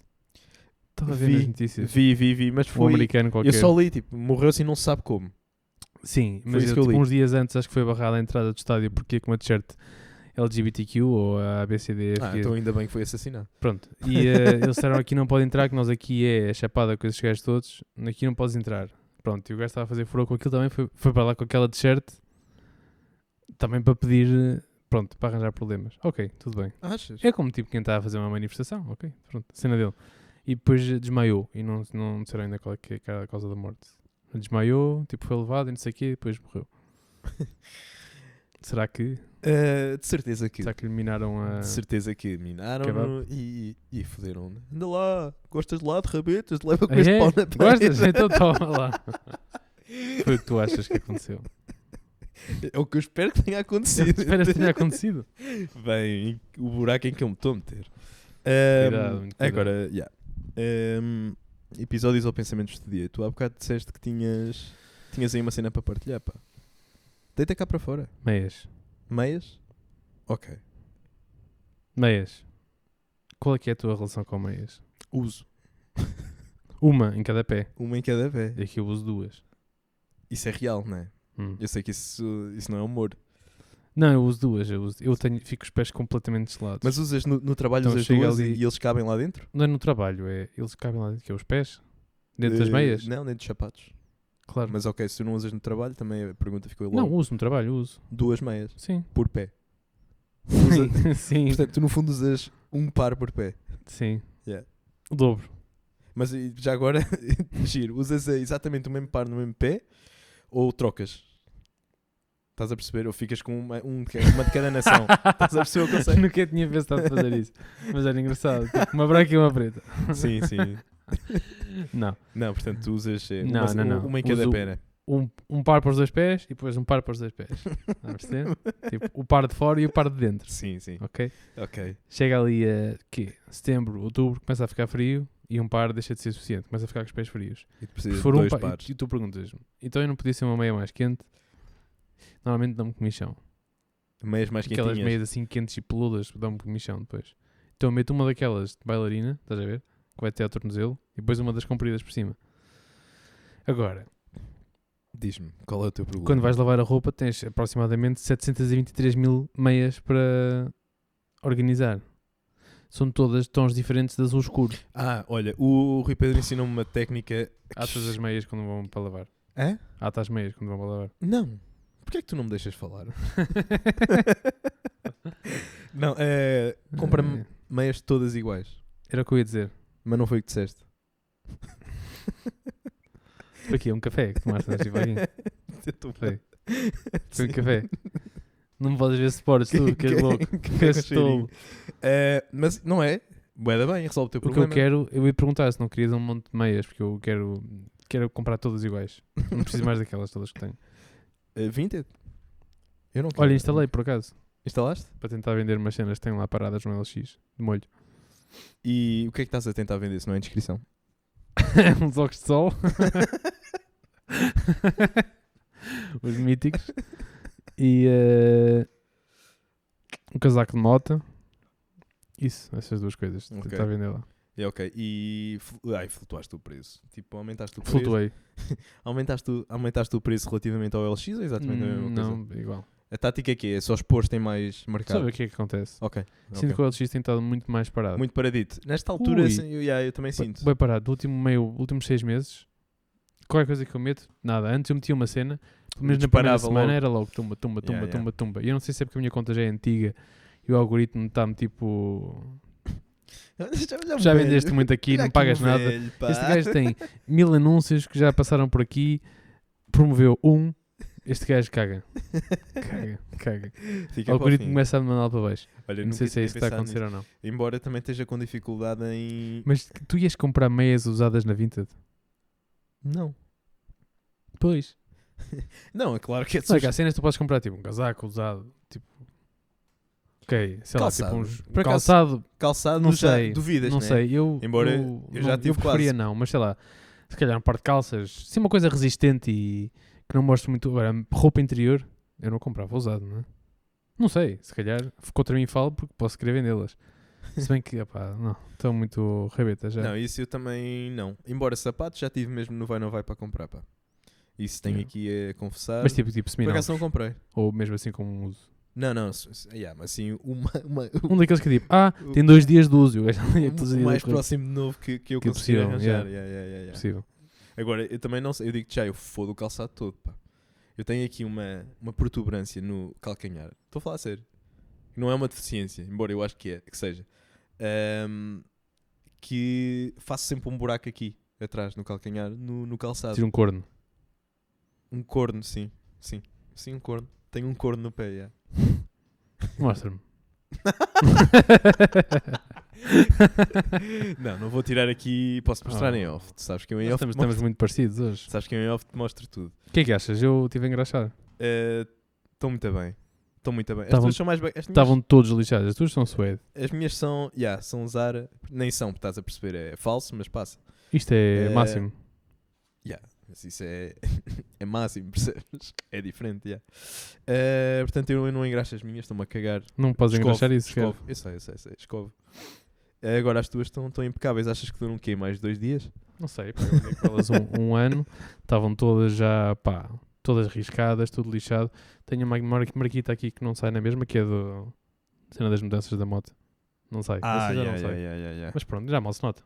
Speaker 1: Estava a ver
Speaker 2: Vi,
Speaker 1: nas notícias.
Speaker 2: Vi, vi, vi, mas
Speaker 1: Um
Speaker 2: foi.
Speaker 1: americano qualquer.
Speaker 2: eu só li, tipo, morreu assim, não se sabe como.
Speaker 1: Sim, mas
Speaker 2: isso
Speaker 1: eu,
Speaker 2: que eu
Speaker 1: tipo,
Speaker 2: li.
Speaker 1: uns dias antes acho que foi barrada a entrada do estádio porque ia com uma t-shirt LGBTQ ou a ABCD.
Speaker 2: Ah, então ainda bem que foi assassinado.
Speaker 1: Pronto. E eh, eles disseram aqui não pode entrar, que nós aqui é chapada com esses gajos todos, aqui não podes entrar. Pronto, e o gajo estava a fazer furor com aquilo também, foi, foi para lá com aquela t-shirt, também para pedir, eh, pronto, para arranjar problemas. Ok, tudo bem.
Speaker 2: Achas?
Speaker 1: É como tipo quem está a fazer uma manifestação, ok, pronto, cena dele. E depois eh, desmaiou, e não, não disseram ainda qual é que é a causa da morte. Desmaiou, tipo foi levado e não sei o quê, e depois morreu. será que,
Speaker 2: Ah, de certeza que.
Speaker 1: será que eliminaram a...
Speaker 2: De certeza que
Speaker 1: é
Speaker 2: minaram e, e, e foderam. né? Anda lá, gostas de lá de rabetas, leva com
Speaker 1: Ah,
Speaker 2: este
Speaker 1: é?
Speaker 2: pau na
Speaker 1: Gostas?
Speaker 2: parede.
Speaker 1: Então toma lá. Foi o que tu achas que aconteceu.
Speaker 2: É o que eu espero que tenha acontecido.
Speaker 1: Espera que tenha acontecido.
Speaker 2: Bem, o buraco em que eu me estou a meter.
Speaker 1: Cuidado,
Speaker 2: Ahm,
Speaker 1: muito cuidado.
Speaker 2: agora, yeah. Ahm, episódios ou pensamentos do dia. Tu há bocado disseste que tinhas, tinhas aí uma cena para partilhar, pá. Deita cá para fora.
Speaker 1: Meias.
Speaker 2: Meias? Ok.
Speaker 1: Meias. Qual é que é a tua relação com meias?
Speaker 2: Uso.
Speaker 1: Uma em cada pé.
Speaker 2: Uma em cada vez.
Speaker 1: E aqui eu uso duas.
Speaker 2: Isso é real, não é?
Speaker 1: Hum.
Speaker 2: Eu sei que isso, isso não é humor.
Speaker 1: Não, eu uso duas. Eu, uso- eu tenho, fico os pés completamente gelados.
Speaker 2: Mas usas no, no trabalho,
Speaker 1: Então
Speaker 2: usas
Speaker 1: chega
Speaker 2: duas
Speaker 1: ali-
Speaker 2: e, e eles cabem lá dentro?
Speaker 1: Não é no trabalho, é. Eles cabem lá dentro, que é os pés? Dentro das
Speaker 2: Eh,
Speaker 1: meias?
Speaker 2: Não, dentro dos sapatos.
Speaker 1: Claro.
Speaker 2: Mas ok, se tu não usas no trabalho, também a pergunta ficou logo.
Speaker 1: Não, um uso no trabalho, uso.
Speaker 2: Duas meias
Speaker 1: Sim.
Speaker 2: por pé.
Speaker 1: Sim.
Speaker 2: Usa-
Speaker 1: Sim.
Speaker 2: Portanto, tu no fundo usas um par por pé.
Speaker 1: Sim.
Speaker 2: Yeah.
Speaker 1: O dobro.
Speaker 2: Mas e, já agora, giro, usas eh, exatamente o mesmo par no mesmo pé ou trocas? Estás a perceber? Ou ficas com uma, um de ca- uma de cada nação? Estás a perceber o conceito?
Speaker 1: Nunca tinha pensado em fazer isso. Mas era engraçado. Tipo, uma branca e uma preta.
Speaker 2: sim, sim.
Speaker 1: Não.
Speaker 2: Não, portanto, tu usas eh,
Speaker 1: Não,
Speaker 2: uma,
Speaker 1: não,
Speaker 2: um-
Speaker 1: não.
Speaker 2: uma em cada
Speaker 1: Uso-
Speaker 2: pé, né?
Speaker 1: um, um par para os dois pés e depois um par para os dois pés. Está a perceber? tipo, o par de fora e o par de dentro.
Speaker 2: Sim, sim.
Speaker 1: Ok?
Speaker 2: Ok.
Speaker 1: Chega ali a quê? setembro, outubro, começa a ficar frio e um par deixa de ser suficiente, começa a ficar com os pés frios.
Speaker 2: E tu
Speaker 1: Se
Speaker 2: precisas de
Speaker 1: for um
Speaker 2: dois
Speaker 1: par,
Speaker 2: pares.
Speaker 1: e, e tu perguntas-me, então eu não podia ser uma meia mais quente? Normalmente dá-me comichão.
Speaker 2: Meias mais
Speaker 1: Aquelas
Speaker 2: quentinhas.
Speaker 1: meias assim quentes e peludas dão-me comichão depois. Então eu meto uma daquelas de bailarina, estás a ver? Que vai até ao tornozelo e depois uma das compridas por cima. Agora,
Speaker 2: Diz-me, qual é o teu problema?
Speaker 1: quando vais lavar a roupa tens aproximadamente 723 mil meias para organizar. São todas de tons diferentes de azul escuro.
Speaker 2: Ah, olha, o Rui Pedro ensinou-me uma técnica.
Speaker 1: Atas as meias quando vão para lavar.
Speaker 2: Hã?
Speaker 1: Atas as meias quando vão para lavar.
Speaker 2: Não. Porquê é que tu não me deixas falar? não, é, compra-me
Speaker 1: É,
Speaker 2: meias todas iguais.
Speaker 1: Era o que eu ia dizer.
Speaker 2: Mas não foi o que disseste.
Speaker 1: Foi aqui, um café que tomaste antes de ir para aqui.
Speaker 2: Eu tô-
Speaker 1: Foi. Foi um café. Não me podes ver sports tu, que é és louco. Que és
Speaker 2: cheirinho.
Speaker 1: tolo.
Speaker 2: É, mas não é. Boeda bem, resolve o teu
Speaker 1: O que eu
Speaker 2: problema.
Speaker 1: quero, eu ia perguntar se não querias um monte de meias, porque eu quero, quero comprar todas iguais. Não preciso mais daquelas todas que tenho.
Speaker 2: É, vintage? Eu não quero.
Speaker 1: Olha, instalei por acaso.
Speaker 2: Instalaste?
Speaker 1: para tentar vender umas cenas que têm lá paradas no LX de molho.
Speaker 2: E o que é que estás a tentar vender se não é inscrição?
Speaker 1: Uns óculos de sol. Os míticos. E eh, um casaco de moto. Isso, essas duas coisas.
Speaker 2: Ok.
Speaker 1: Tentar vender lá.
Speaker 2: É ok. E fl- ai, flutuaste o preço. Tipo, aumentaste o preço.
Speaker 1: Flutuei.
Speaker 2: Aumentaste, o- aumentaste o preço relativamente ao LX ou exatamente a
Speaker 1: Hum,
Speaker 2: mesma coisa?
Speaker 1: Não, igual.
Speaker 2: A tática é que é só expor tem mais mercado.
Speaker 1: Sabe o que é que acontece?
Speaker 2: Ok.
Speaker 1: Sinto
Speaker 2: ok.
Speaker 1: que o LX tem estado muito mais parado.
Speaker 2: Muito paradito. Nesta altura,
Speaker 1: Ui.
Speaker 2: assim, eu, yeah, eu também sinto.
Speaker 1: Bem parado. Do último meio, últimos seis meses, qualquer coisa que eu meto, nada. Antes eu metia uma cena, pelo menos na primeira
Speaker 2: Disparava
Speaker 1: semana
Speaker 2: logo.
Speaker 1: era logo tumba, tumba, tumba,
Speaker 2: Yeah, yeah.
Speaker 1: tumba, tumba. E eu não sei se é porque a minha conta já é antiga e o algoritmo está-me tipo.
Speaker 2: já,
Speaker 1: Já vendeste muito aqui, não
Speaker 2: um
Speaker 1: pagas nada. Este gajo tem mil anúncios que já passaram por aqui, promoveu um. Este gajo caga, caga, caga. O
Speaker 2: Fica
Speaker 1: algoritmo
Speaker 2: para o fim.
Speaker 1: começa a me mandar para baixo.
Speaker 2: Olha,
Speaker 1: não
Speaker 2: nunca
Speaker 1: sei se é
Speaker 2: tinha
Speaker 1: isso que está a
Speaker 2: pensado
Speaker 1: acontecer ou não.
Speaker 2: nisso. Embora também esteja com dificuldade em.
Speaker 1: Mas tu ias comprar meias usadas na Vinted?
Speaker 2: Não.
Speaker 1: Pois.
Speaker 2: Não, é claro que é
Speaker 1: Não, é
Speaker 2: sujo.
Speaker 1: que há cenas que tu podes comprar, tipo um casaco usado, tipo. Ok, sei
Speaker 2: Calçado.
Speaker 1: lá, tipo uns.
Speaker 2: Por acaso,
Speaker 1: calçado,
Speaker 2: Calçado,
Speaker 1: não
Speaker 2: já
Speaker 1: sei,
Speaker 2: duvidas,
Speaker 1: não
Speaker 2: né?
Speaker 1: sei. Eu,
Speaker 2: Embora
Speaker 1: eu,
Speaker 2: eu já
Speaker 1: não-
Speaker 2: tive
Speaker 1: preferia
Speaker 2: quase.
Speaker 1: não, mas sei lá, se calhar um par de calças, sim, uma coisa resistente e que não mostre muito. Agora, roupa interior, eu não comprava usado, não é? Não sei, se calhar contra mim falo porque posso querer vendê-las. Se bem que, opá, não, estão muito rabetas já.
Speaker 2: Não, isso eu também não. Embora sapatos, já tive mesmo no vai não vai para comprar, pá. Isso tenho
Speaker 1: Yeah.
Speaker 2: aqui a confessar.
Speaker 1: Mas tipo, tipo
Speaker 2: Por
Speaker 1: seminal,
Speaker 2: acaso não comprei.
Speaker 1: ou mesmo assim como uso.
Speaker 2: Não, não. se- se- yeah, mas assim, uma, uma-
Speaker 1: Um daqueles que é tipo, ah,
Speaker 2: o-
Speaker 1: tem dois dias de uso, e o gajo ali é
Speaker 2: o
Speaker 1: todos os dias
Speaker 2: mais
Speaker 1: a correr.
Speaker 2: próximo de novo que, que eu
Speaker 1: Que é
Speaker 2: consegui
Speaker 1: possível,
Speaker 2: arranjar.
Speaker 1: yeah.
Speaker 2: Yeah, yeah, yeah, yeah.
Speaker 1: possível.
Speaker 2: Agora, eu também não sei, eu digo já, eu fodo o calçado todo, pá. Eu tenho aqui uma, uma protuberância no calcanhar. Estou a falar a sério. Não é uma deficiência, embora eu acho que é, que seja. Ahm, que faço sempre um buraco aqui, atrás, no calcanhar, no, no calçado.
Speaker 1: Tira um corno.
Speaker 2: Um corno, sim. Sim, sim, um corno. Tenho um corno no pé, yeah.
Speaker 1: Mostra-me.
Speaker 2: Não, não vou tirar aqui, posso mostrar
Speaker 1: Ah.
Speaker 2: em off. Tu sabes que eu em
Speaker 1: Nós
Speaker 2: off, te
Speaker 1: estamos, estamos
Speaker 2: mostro-
Speaker 1: muito parecidos hoje.
Speaker 2: sabes que eu em off te mostro tudo.
Speaker 1: O que é que achas? Eu estive a engraxar.
Speaker 2: Estão muito bem. Estão muito bem. As
Speaker 1: Tavam-
Speaker 2: tuas são mais bem. as minhas-
Speaker 1: Estavam todos lixados. As tuas são suede.
Speaker 2: As minhas são, yeah, são Zara, nem são, porque estás a perceber, é falso, mas passa.
Speaker 1: Isto é,
Speaker 2: É.
Speaker 1: máximo.
Speaker 2: Yeah, mas isso é, é máximo, percebes? É diferente, yeah. Eh, portanto, eu não engraxo as minhas, estou-me a cagar.
Speaker 1: Não podes
Speaker 2: Escove,
Speaker 1: engraxar isso. quer?
Speaker 2: Escovo, eu sei, eu sei, eu sei, escovo. Eh, agora as tuas estão, estão impecáveis, achas que duram o quê? Mais dois dias?
Speaker 1: Não sei, pá, eu andei com elas um, um ano, estavam todas já, pá, todas riscadas, tudo lixado. Tenho uma mar- marquita aqui que não sai na mesma, que é do cena das mudanças da moto. Não sai, essa já
Speaker 2: yeah,
Speaker 1: não sai.
Speaker 2: yeah, yeah, yeah, yeah.
Speaker 1: Mas pronto, já mal se nota.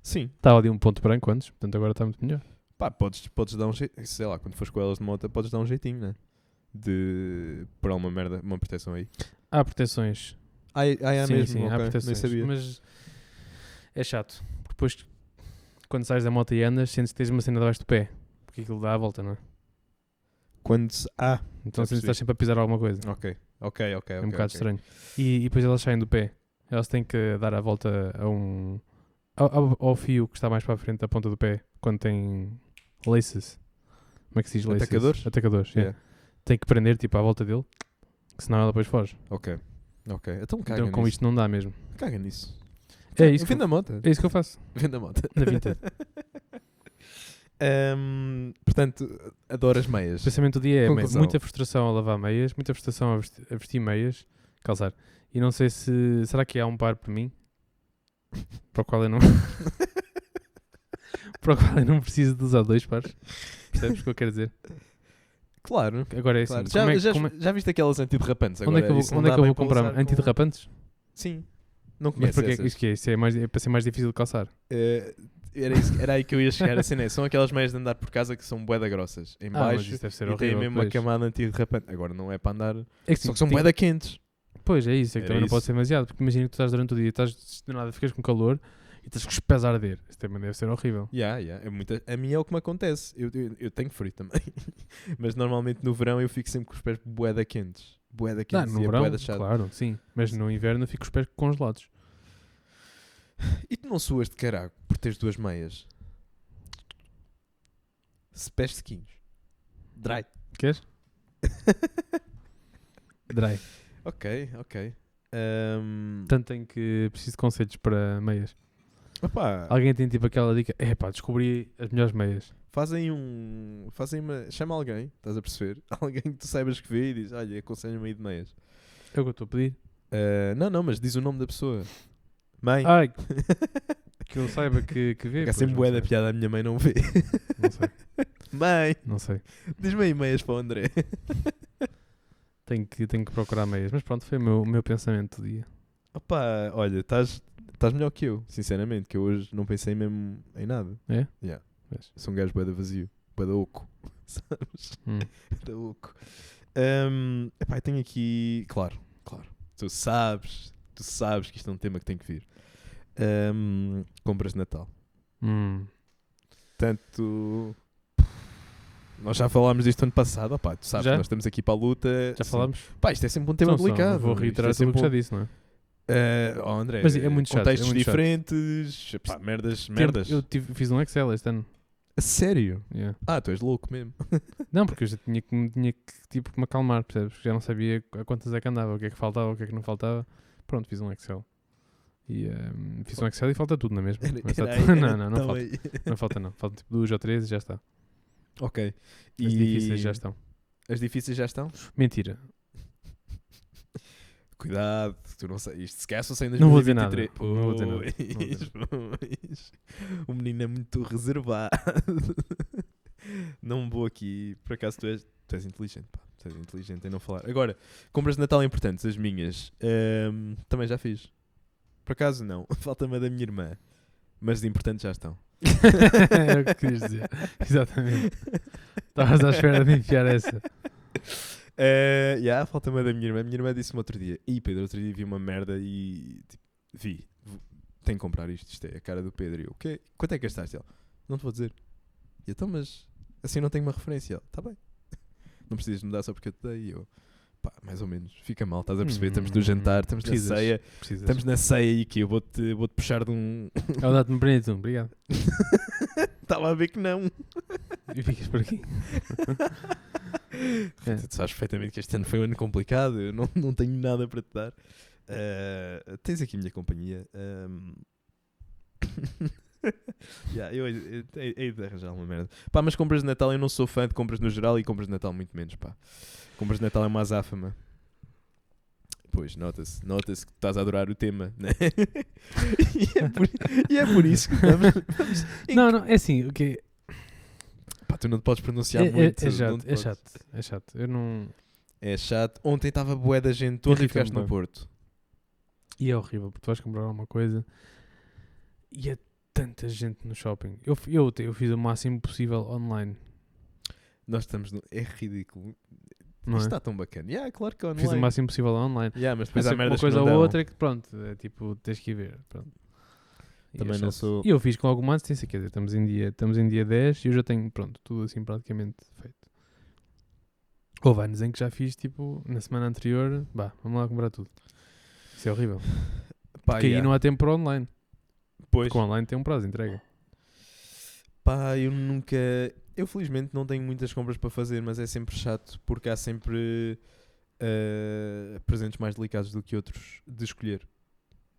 Speaker 2: Sim,
Speaker 1: Estava ali um ponto branco antes, portanto agora está muito melhor.
Speaker 2: pá, podes, podes dar um jeito, sei lá, quando fores com elas de moto, podes dar um jeitinho, né? De. por alguma merda, uma proteção aí.
Speaker 1: Há proteções.
Speaker 2: Ah, é- ah, é
Speaker 1: sim,
Speaker 2: mesmo,
Speaker 1: sim,
Speaker 2: ok,
Speaker 1: há
Speaker 2: nem
Speaker 1: proteções.
Speaker 2: sabia.
Speaker 1: Mas é chato, porque depois quando sais da moto e andas, sentes que tens uma cena debaixo do pé, porque aquilo dá a volta, não é?
Speaker 2: Quando se. Ah,
Speaker 1: Então sentes
Speaker 2: Já
Speaker 1: que
Speaker 2: percebi.
Speaker 1: estás sempre a pisar alguma coisa.
Speaker 2: ok, ok, ok.
Speaker 1: é um bocado estranho. E, e depois elas saem do pé. Elas têm que dar a volta a um. ao, ao- ao fio que está mais para a frente da ponta do pé, quando tem laces. Como é que se diz laces?
Speaker 2: Atacadores?
Speaker 1: Atacadores, é.
Speaker 2: Yeah.
Speaker 1: Tem que prender tipo à volta dele, que senão ela depois foge.
Speaker 2: Ok. Ok. Então caga
Speaker 1: então com
Speaker 2: nisso.
Speaker 1: isto não dá mesmo.
Speaker 2: Caga nisso.
Speaker 1: É isso, que,
Speaker 2: Venda a moto.
Speaker 1: é isso que eu faço.
Speaker 2: Venda a moto.
Speaker 1: Na Vinted.
Speaker 2: Ahm, portanto, adoro as meias.
Speaker 1: O pensamento do dia é me-
Speaker 2: Conclusão.
Speaker 1: muita frustração a lavar meias, muita frustração a vestir, a vestir meias, calçar. E não sei se. Será que há um par para mim? Para o qual eu não. para o qual eu não preciso de usar dois pares. Percebes o que eu quero dizer?
Speaker 2: Claro.
Speaker 1: Agora é assim.
Speaker 2: claro.
Speaker 1: como
Speaker 2: Já,
Speaker 1: é-
Speaker 2: já,
Speaker 1: como é-
Speaker 2: já viste aquelas antiderrapantes?
Speaker 1: onde é que eu
Speaker 2: Agora,
Speaker 1: vou,
Speaker 2: isso não
Speaker 1: onde é
Speaker 2: dá
Speaker 1: que eu
Speaker 2: bem
Speaker 1: vou
Speaker 2: para
Speaker 1: comprar
Speaker 2: usar com-
Speaker 1: antiderrapantes?
Speaker 2: Sim. Não
Speaker 1: Mas
Speaker 2: conheces
Speaker 1: porque é que
Speaker 2: essas.
Speaker 1: isso que é? Isso é, mais, é para ser mais difícil de calçar.
Speaker 2: Eh, era, isso- era aí que eu ia chegar. A cena é, são aquelas meias de andar por casa que são boeda grossas. Em
Speaker 1: Ah, mas
Speaker 2: baixo
Speaker 1: isso deve ser
Speaker 2: e têm
Speaker 1: horrível.
Speaker 2: mesmo uma
Speaker 1: pois.
Speaker 2: camada antiderrapante. Agora não é para andar...
Speaker 1: É que,
Speaker 2: Só
Speaker 1: sim,
Speaker 2: que são
Speaker 1: tem-
Speaker 2: boeda quentes.
Speaker 1: Pois é isso, é que
Speaker 2: Era
Speaker 1: também não
Speaker 2: isso.
Speaker 1: pode ser demasiado, porque imagina que tu estás durante o dia, estás de nada, ficas com calor e estás com os pés a arder. Isso também deve ser horrível.
Speaker 2: Yeah, yeah. É muita... A mim é o que me acontece. Eu, eu, eu tenho frio também. Mas normalmente no verão eu fico sempre com os pés boeda quentes. Boeda
Speaker 1: Não,
Speaker 2: quentes
Speaker 1: no
Speaker 2: e é
Speaker 1: verão,
Speaker 2: bué da chato.
Speaker 1: claro, sim. Mas no inverno eu fico com os pés congelados.
Speaker 2: E tu não suas de caraco por teres duas meias? Se pés sequinhos. Dry.
Speaker 1: Queres? Dry.
Speaker 2: Ok, ok. Ahm,
Speaker 1: Portanto, tenho que. Preciso de conselhos para meias.
Speaker 2: opá,
Speaker 1: Alguém tem tipo aquela dica: é pá, descobri as melhores meias.
Speaker 2: fazem um. Fazem uma. Chama alguém, estás a perceber? Alguém que tu saibas que vê e diz: Olha, aconselho-me aí de meias.
Speaker 1: É o que eu estou a pedir.
Speaker 2: Ah, não, não, mas diz o nome da pessoa. Mãe.
Speaker 1: Ai, que eu saiba que, que Ah, vê.
Speaker 2: É
Speaker 1: pois,
Speaker 2: sempre
Speaker 1: não
Speaker 2: bué da
Speaker 1: sei.
Speaker 2: piada, a minha mãe não vê.
Speaker 1: Não sei,
Speaker 2: Mãe,
Speaker 1: não sei.
Speaker 2: diz-me aí meias para o André.
Speaker 1: Tenho que, tenho que procurar meias. Mas pronto, foi o meu, o meu pensamento do dia.
Speaker 2: Opa, olha, estás estás melhor que eu, sinceramente, que eu hoje não pensei mesmo em nada.
Speaker 1: É?
Speaker 2: Yeah.
Speaker 1: Vês?
Speaker 2: Sou um gajo bué da vazio, bué da oco, sabes?
Speaker 1: Hum.
Speaker 2: Da oco. Ahm, epá, eu tenho aqui, claro, claro, tu sabes, tu sabes que isto é um tema que tem que vir. Ahm, compras de Natal.
Speaker 1: Hum.
Speaker 2: Tanto... Nós já falámos disto ano passado, opá, tu sabes,
Speaker 1: Já?
Speaker 2: nós estamos aqui para a luta.
Speaker 1: Já
Speaker 2: Sim.
Speaker 1: falámos?
Speaker 2: Pá, isto é sempre um tema
Speaker 1: Então, só
Speaker 2: delicado.
Speaker 1: Vou
Speaker 2: Isto é
Speaker 1: reiterar tudo o
Speaker 2: sempre
Speaker 1: que já
Speaker 2: um-
Speaker 1: disse, não é?
Speaker 2: Eh, oh, André,
Speaker 1: Mas é muito chato,
Speaker 2: contextos
Speaker 1: é muito chato.
Speaker 2: diferentes, pá, merdas, merdas.
Speaker 1: Eu tive- fiz um Excel este ano.
Speaker 2: A sério?
Speaker 1: Yeah.
Speaker 2: Ah, tu és louco mesmo.
Speaker 1: Não, porque eu já tinha que, tinha que tipo, que me acalmar, percebes? Já não sabia a quantas é que andava, o que é que faltava, o que é que não faltava. Pronto, fiz um Excel. E ehm, fiz um Excel e falta tudo, não é mesmo?
Speaker 2: Era-
Speaker 1: Mas tá
Speaker 2: era
Speaker 1: tudo-
Speaker 2: aí,
Speaker 1: não,
Speaker 2: era
Speaker 1: não, não
Speaker 2: tão
Speaker 1: falta.
Speaker 2: aí.
Speaker 1: Não falta, não. Faltam tipo duas ou três e já está.
Speaker 2: Ok.
Speaker 1: E... As difíceis já estão.
Speaker 2: As difíceis já estão?
Speaker 1: Mentira.
Speaker 2: Cuidado, tu não sei. Isto se calhar só sai em
Speaker 1: Não vou dizer nada,
Speaker 2: 2023.
Speaker 1: não vou dizer nada, não
Speaker 2: Pois, pois. O menino é muito reservado. Não vou aqui. Por acaso tu és, tu és inteligente, pá. Tu és inteligente em não falar. Agora, compras de Natal importantes, as minhas. Ahm, também já fiz. Por acaso não. Falta-me a da minha irmã. Mas de importantes já estão.
Speaker 1: Era É o que querias dizer. Exatamente. Estavas à espera de enfiar essa.
Speaker 2: Eh, yeah, falta-me a da minha irmã. A minha irmã disse-me outro dia: Ih, Pedro, outro dia vi uma merda e tipo, vi, v- tenho que comprar isto. Isto é a cara do Pedro. E eu, o quê? Quanto é que gastaste? Ele, não te vou dizer. E eu, então, mas assim não tenho uma referência. Ele, tá bem, não precisas me dar só porque eu te dei. E eu, pá, mais ou menos, fica mal, estás a perceber? estamos no
Speaker 1: Hum,
Speaker 2: jantar, estamos
Speaker 1: precisas.
Speaker 2: na ceia,
Speaker 1: Precisas.
Speaker 2: estamos na ceia e que eu vou-te vou -te puxar de um.
Speaker 1: Ela dá-te um bonito, obrigado.
Speaker 2: Estava a ver que não.
Speaker 1: E ficas por aqui. É.
Speaker 2: Tu sabes perfeitamente que este ano foi um ano complicado, eu não, não tenho nada para te dar. Eh, tens aqui a minha companhia. ehm. Yeah, eu hei- hei- hei- hei de arranjar uma merda. Pá, mas compras de Natal, eu não sou fã de compras no geral e compras de Natal muito menos, pá. Compras de Natal é uma azáfama. Pois, nota-se, nota-se que estás a adorar o tema, né? e, é por, e é por isso que estamos... vamos-
Speaker 1: Não, não, é assim, o que
Speaker 2: Pá, tu não te podes pronunciar
Speaker 1: é, é,
Speaker 2: muito.
Speaker 1: é
Speaker 2: não
Speaker 1: chato,
Speaker 2: te
Speaker 1: é
Speaker 2: podes.
Speaker 1: chato, é chato. Eu não.
Speaker 2: É chato. Ontem estava bué da gente toda e
Speaker 1: Irrita-me
Speaker 2: ficaste no
Speaker 1: bué.
Speaker 2: Porto.
Speaker 1: E é horrível, porque tu vais comprar alguma coisa e é tanta gente no shopping. Eu, f- eu, te- eu fiz o máximo possível online.
Speaker 2: Nós estamos no... É ridículo.
Speaker 1: Não
Speaker 2: Isto
Speaker 1: é?
Speaker 2: está tão bacana. Yeah, claro que online.
Speaker 1: Fiz o máximo possível online.
Speaker 2: Yeah, mas depois
Speaker 1: Mas
Speaker 2: há
Speaker 1: uma
Speaker 2: merdas que
Speaker 1: coisa
Speaker 2: não
Speaker 1: ou
Speaker 2: dão.
Speaker 1: outra que, pronto, é tipo, tens que ir ver. Pronto. E é
Speaker 2: Também não
Speaker 1: chato.
Speaker 2: sou-
Speaker 1: E eu fiz com alguma antecedência, quer dizer, estamos em, dia, estamos em dia 10 e eu já tenho, pronto, tudo assim praticamente feito. Houve anos em que já fiz, tipo, na semana anterior, bah, vamos lá comprar tudo. Isso é horrível.
Speaker 2: Pá,
Speaker 1: Porque aí
Speaker 2: Ah, yeah.
Speaker 1: não há tempo para online.
Speaker 2: Pois.
Speaker 1: Porque o online tem um prazo de entrega.
Speaker 2: Pá, eu nunca... Eu felizmente não tenho muitas compras para fazer, mas é sempre chato porque há sempre eh, presentes mais delicados do que outros de escolher.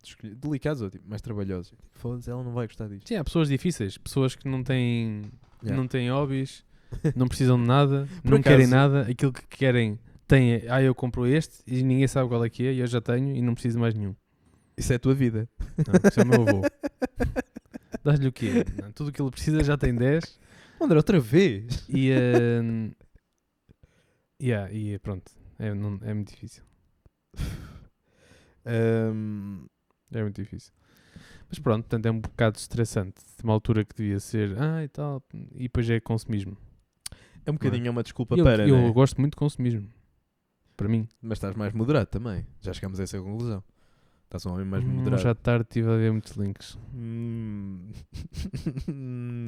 Speaker 2: De escolher- Delicados ou tipo, mais trabalhosos. Eu, tipo, Foda-se, ela não vai gostar disto.
Speaker 1: Sim, há pessoas difíceis, pessoas que não têm,
Speaker 2: Yeah.
Speaker 1: não têm hobbies, não precisam de nada,
Speaker 2: Por
Speaker 1: não querem
Speaker 2: acaso-
Speaker 1: nada, aquilo que querem têm, ah, eu compro este e ninguém sabe qual é que é, e eu já tenho e não preciso de mais nenhum.
Speaker 2: Isso é a tua vida. Então
Speaker 1: Não, isso é o meu avô. Dás-lhe o quê? Não, tudo o que ele precisa já tem 10
Speaker 2: André, outra vez?
Speaker 1: e, hum, yeah, e pronto, é, não- é muito difícil.
Speaker 2: Ahm,
Speaker 1: É muito difícil. Mas pronto, portanto é um bocado estressante. De uma altura que devia ser, ah e tal, e depois é consumismo.
Speaker 2: é um bocadinho uma desculpa
Speaker 1: eu,
Speaker 2: para,
Speaker 1: eu
Speaker 2: né?
Speaker 1: gosto muito de consumismo. Para mim.
Speaker 2: Mas estás mais moderado também. Já chegámos a essa conclusão. Estás um homem mais
Speaker 1: Hum,
Speaker 2: moderado.
Speaker 1: Hoje à tarde estive a ver muitos links.
Speaker 2: Hum.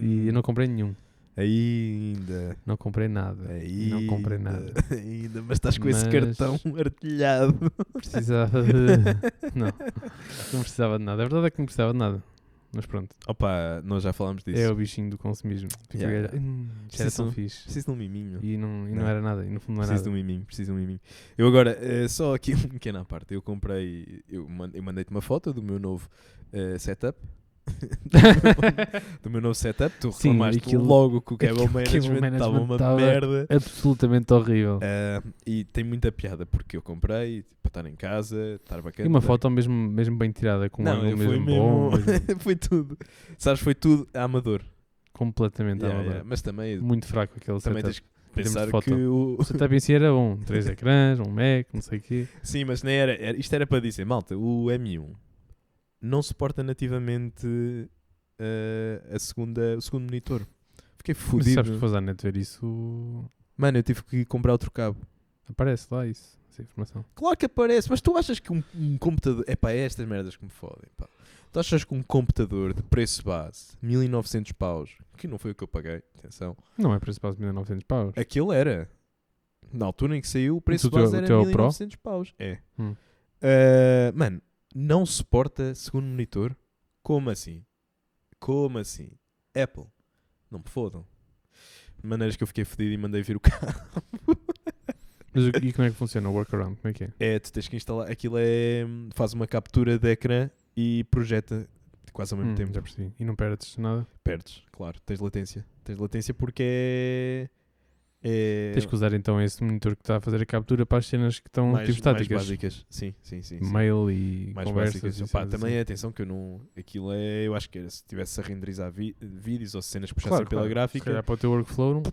Speaker 1: E eu não comprei nenhum.
Speaker 2: Ainda.
Speaker 1: Não comprei nada.
Speaker 2: Ainda.
Speaker 1: Não comprei nada.
Speaker 2: Ainda. Mas estás com esse
Speaker 1: Mas-
Speaker 2: cartão artilhado.
Speaker 1: Precisava de... Não. Não precisava de nada. A verdade é que não precisava de nada. Mas pronto.
Speaker 2: Opa, nós já falámos disso.
Speaker 1: É o bichinho do consumismo. Fica
Speaker 2: Yeah.
Speaker 1: a olhar, "Hum, isto era tão fixe.
Speaker 2: Preciso de um miminho.
Speaker 1: E não, e não
Speaker 2: Não.
Speaker 1: era nada. E no fundo não era nada.
Speaker 2: Preciso de um miminho, preciso de um miminho. Eu agora, eh, só aqui um pequeno à parte. Eu comprei, eu man- eu mandei-te uma foto do meu novo eh, setup. do meu novo setup. Tu
Speaker 1: Sim,
Speaker 2: reclamaste
Speaker 1: aquilo-
Speaker 2: logo que o cable
Speaker 1: aquilo- aquilo
Speaker 2: management estava
Speaker 1: management É.
Speaker 2: uma
Speaker 1: tava-
Speaker 2: merda.
Speaker 1: Absolutamente horrível.
Speaker 2: Ah, e tem muita piada porque eu comprei para estar em casa, estar
Speaker 1: E
Speaker 2: bacana.
Speaker 1: uma
Speaker 2: estar-
Speaker 1: foto mesmo, mesmo bem tirada, com um
Speaker 2: Não,
Speaker 1: ângulo
Speaker 2: eu fui
Speaker 1: mesmo bom,
Speaker 2: mesmo-
Speaker 1: mesmo
Speaker 2: foi tudo. Sabes, foi tudo a amador.
Speaker 1: completamente
Speaker 2: Yeah,
Speaker 1: amador.
Speaker 2: yeah, Mas também,
Speaker 1: Muito fraco aquele
Speaker 2: também
Speaker 1: setup.
Speaker 2: tens que
Speaker 1: termos de
Speaker 2: pensar
Speaker 1: foto.
Speaker 2: que o.
Speaker 1: O setup em si era bom. Três ecrãs, um Mac, não sei o quê.
Speaker 2: Sim, mas nem era, era- Isto era para dizer, malta, o M1 não suporta nativamente ah, a segunda, o segundo monitor. Fiquei
Speaker 1: Mas sabes
Speaker 2: fodido.
Speaker 1: que faz à net ver isso,
Speaker 2: Mano, eu tive que comprar outro cabo.
Speaker 1: aparece lá isso, essa informação.
Speaker 2: Claro que aparece, mas tu achas que um, um computador. É pá, é estas merdas que me fodem, pá. Tu achas que um computador de preço base, 1900 paus, que não foi o que eu paguei, atenção,
Speaker 1: Não é preço base de 1900 paus.
Speaker 2: aquilo era. Na altura em que saiu, o preço
Speaker 1: o teu-
Speaker 2: base
Speaker 1: o
Speaker 2: era
Speaker 1: teu é o Pro?
Speaker 2: 1900 paus. É.
Speaker 1: Hum.
Speaker 2: Ah, mano, não suporta segundo monitor? Como assim? Como assim? Apple, não me fodam. De maneiras que eu fiquei fodido e mandei vir o carro.
Speaker 1: Mas o- e como é que funciona o workaround? Como é que é?
Speaker 2: É, tu tens que instalar. Aquilo é. Faz uma captura de ecrã e projeta quase ao mesmo
Speaker 1: Hum,
Speaker 2: tempo.
Speaker 1: Já percebi. E não perdes nada.
Speaker 2: Perdes, claro, tens latência. Tens latência porque é. é
Speaker 1: Tens que usar então esse monitor que está a fazer a captura para as cenas que estão
Speaker 2: mais,
Speaker 1: tipo Hum.
Speaker 2: mais
Speaker 1: estáticas.
Speaker 2: básicas. Sim, sim, sim. sim.
Speaker 1: Mail e
Speaker 2: Mais
Speaker 1: conversas.
Speaker 2: básicas.
Speaker 1: e
Speaker 2: Opá,
Speaker 1: cenas
Speaker 2: também é
Speaker 1: assim.
Speaker 2: atenção que eu não. Aquilo é. Eu acho que era se estivesse a renderizar vi- vídeos ou cenas que puxassem
Speaker 1: Claro,
Speaker 2: pela
Speaker 1: claro. Se
Speaker 2: gráfica,
Speaker 1: calhar para o teu workflow não-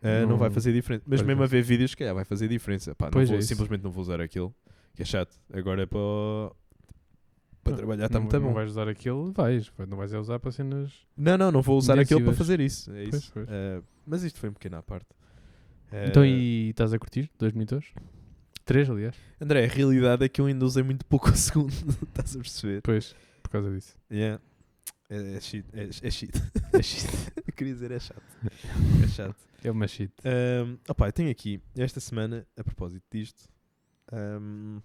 Speaker 2: ah, não,
Speaker 1: não-
Speaker 2: vai fazer diferença. Mas
Speaker 1: Pois
Speaker 2: mesmo
Speaker 1: é.
Speaker 2: a ver vídeos, se calhar vai fazer diferença. Pá, não
Speaker 1: Pois é
Speaker 2: vou-
Speaker 1: isso.
Speaker 2: simplesmente não vou usar aquilo, que é chato. Agora para, o- para
Speaker 1: Não,
Speaker 2: trabalhar está
Speaker 1: não,
Speaker 2: tá muito
Speaker 1: não
Speaker 2: bom.
Speaker 1: vais usar aquilo, vais. Não vais é usar para cenas.
Speaker 2: Não, não, não vou usar aquilo para
Speaker 1: Intensivas.
Speaker 2: fazer isso. É
Speaker 1: Pois,
Speaker 2: isso.
Speaker 1: pois.
Speaker 2: Ah, mas isto foi um pequeno à parte.
Speaker 1: Então
Speaker 2: Ah,
Speaker 1: e estás a curtir? Dois monitores? Três, aliás.
Speaker 2: André, a realidade é que eu ainda usei muito pouco a segundo, estás a perceber?
Speaker 1: Depois, por causa disso.
Speaker 2: Yeah. É, é shit. É, é shit. É shit. eu queria dizer, é chato. É chato.
Speaker 1: É uma shit.
Speaker 2: Um, opa, eu tenho aqui, esta semana, a propósito disto, um,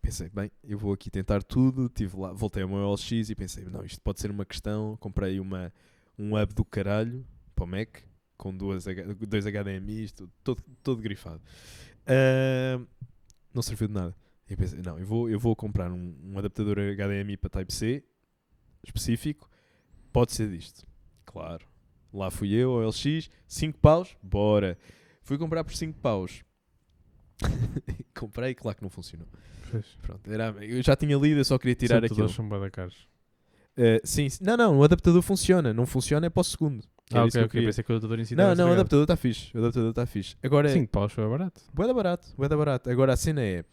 Speaker 2: pensei, bem, eu vou aqui tentar tudo. Tive lá, voltei ao meu LX e pensei, não, isto pode ser uma questão. Comprei uma, um hub do caralho para o Mac, com duas, H- dois HDMIs, tudo- todo, todo grifado. Um, não serviu de nada. Eu pensei, não, eu vou, eu vou comprar um, um adaptador HDMI para Type-C, específico, pode ser disto. Claro. Lá fui eu ao LX, 5 paus, bora. Fui comprar por 5 paus. Comprei, claro que não funcionou.
Speaker 1: Pois.
Speaker 2: Pronto, era, eu já tinha lido, eu só queria tirar
Speaker 1: Sempre
Speaker 2: aquilo.
Speaker 1: todos são bué da caros.
Speaker 2: Eh, sim, sim. não, não, o adaptador funciona, não funciona é para o segundo. Que
Speaker 1: Ah,
Speaker 2: era
Speaker 1: ok,
Speaker 2: isso que eu
Speaker 1: ok.
Speaker 2: queria.
Speaker 1: Pensei que o adaptador em si estava
Speaker 2: Não, não, o
Speaker 1: estragado.
Speaker 2: adaptador é- está fixe. O adaptador está fixe. Agora,
Speaker 1: Cinco paus foi é barato.
Speaker 2: Boeda barato, boeda barato. Agora a cena é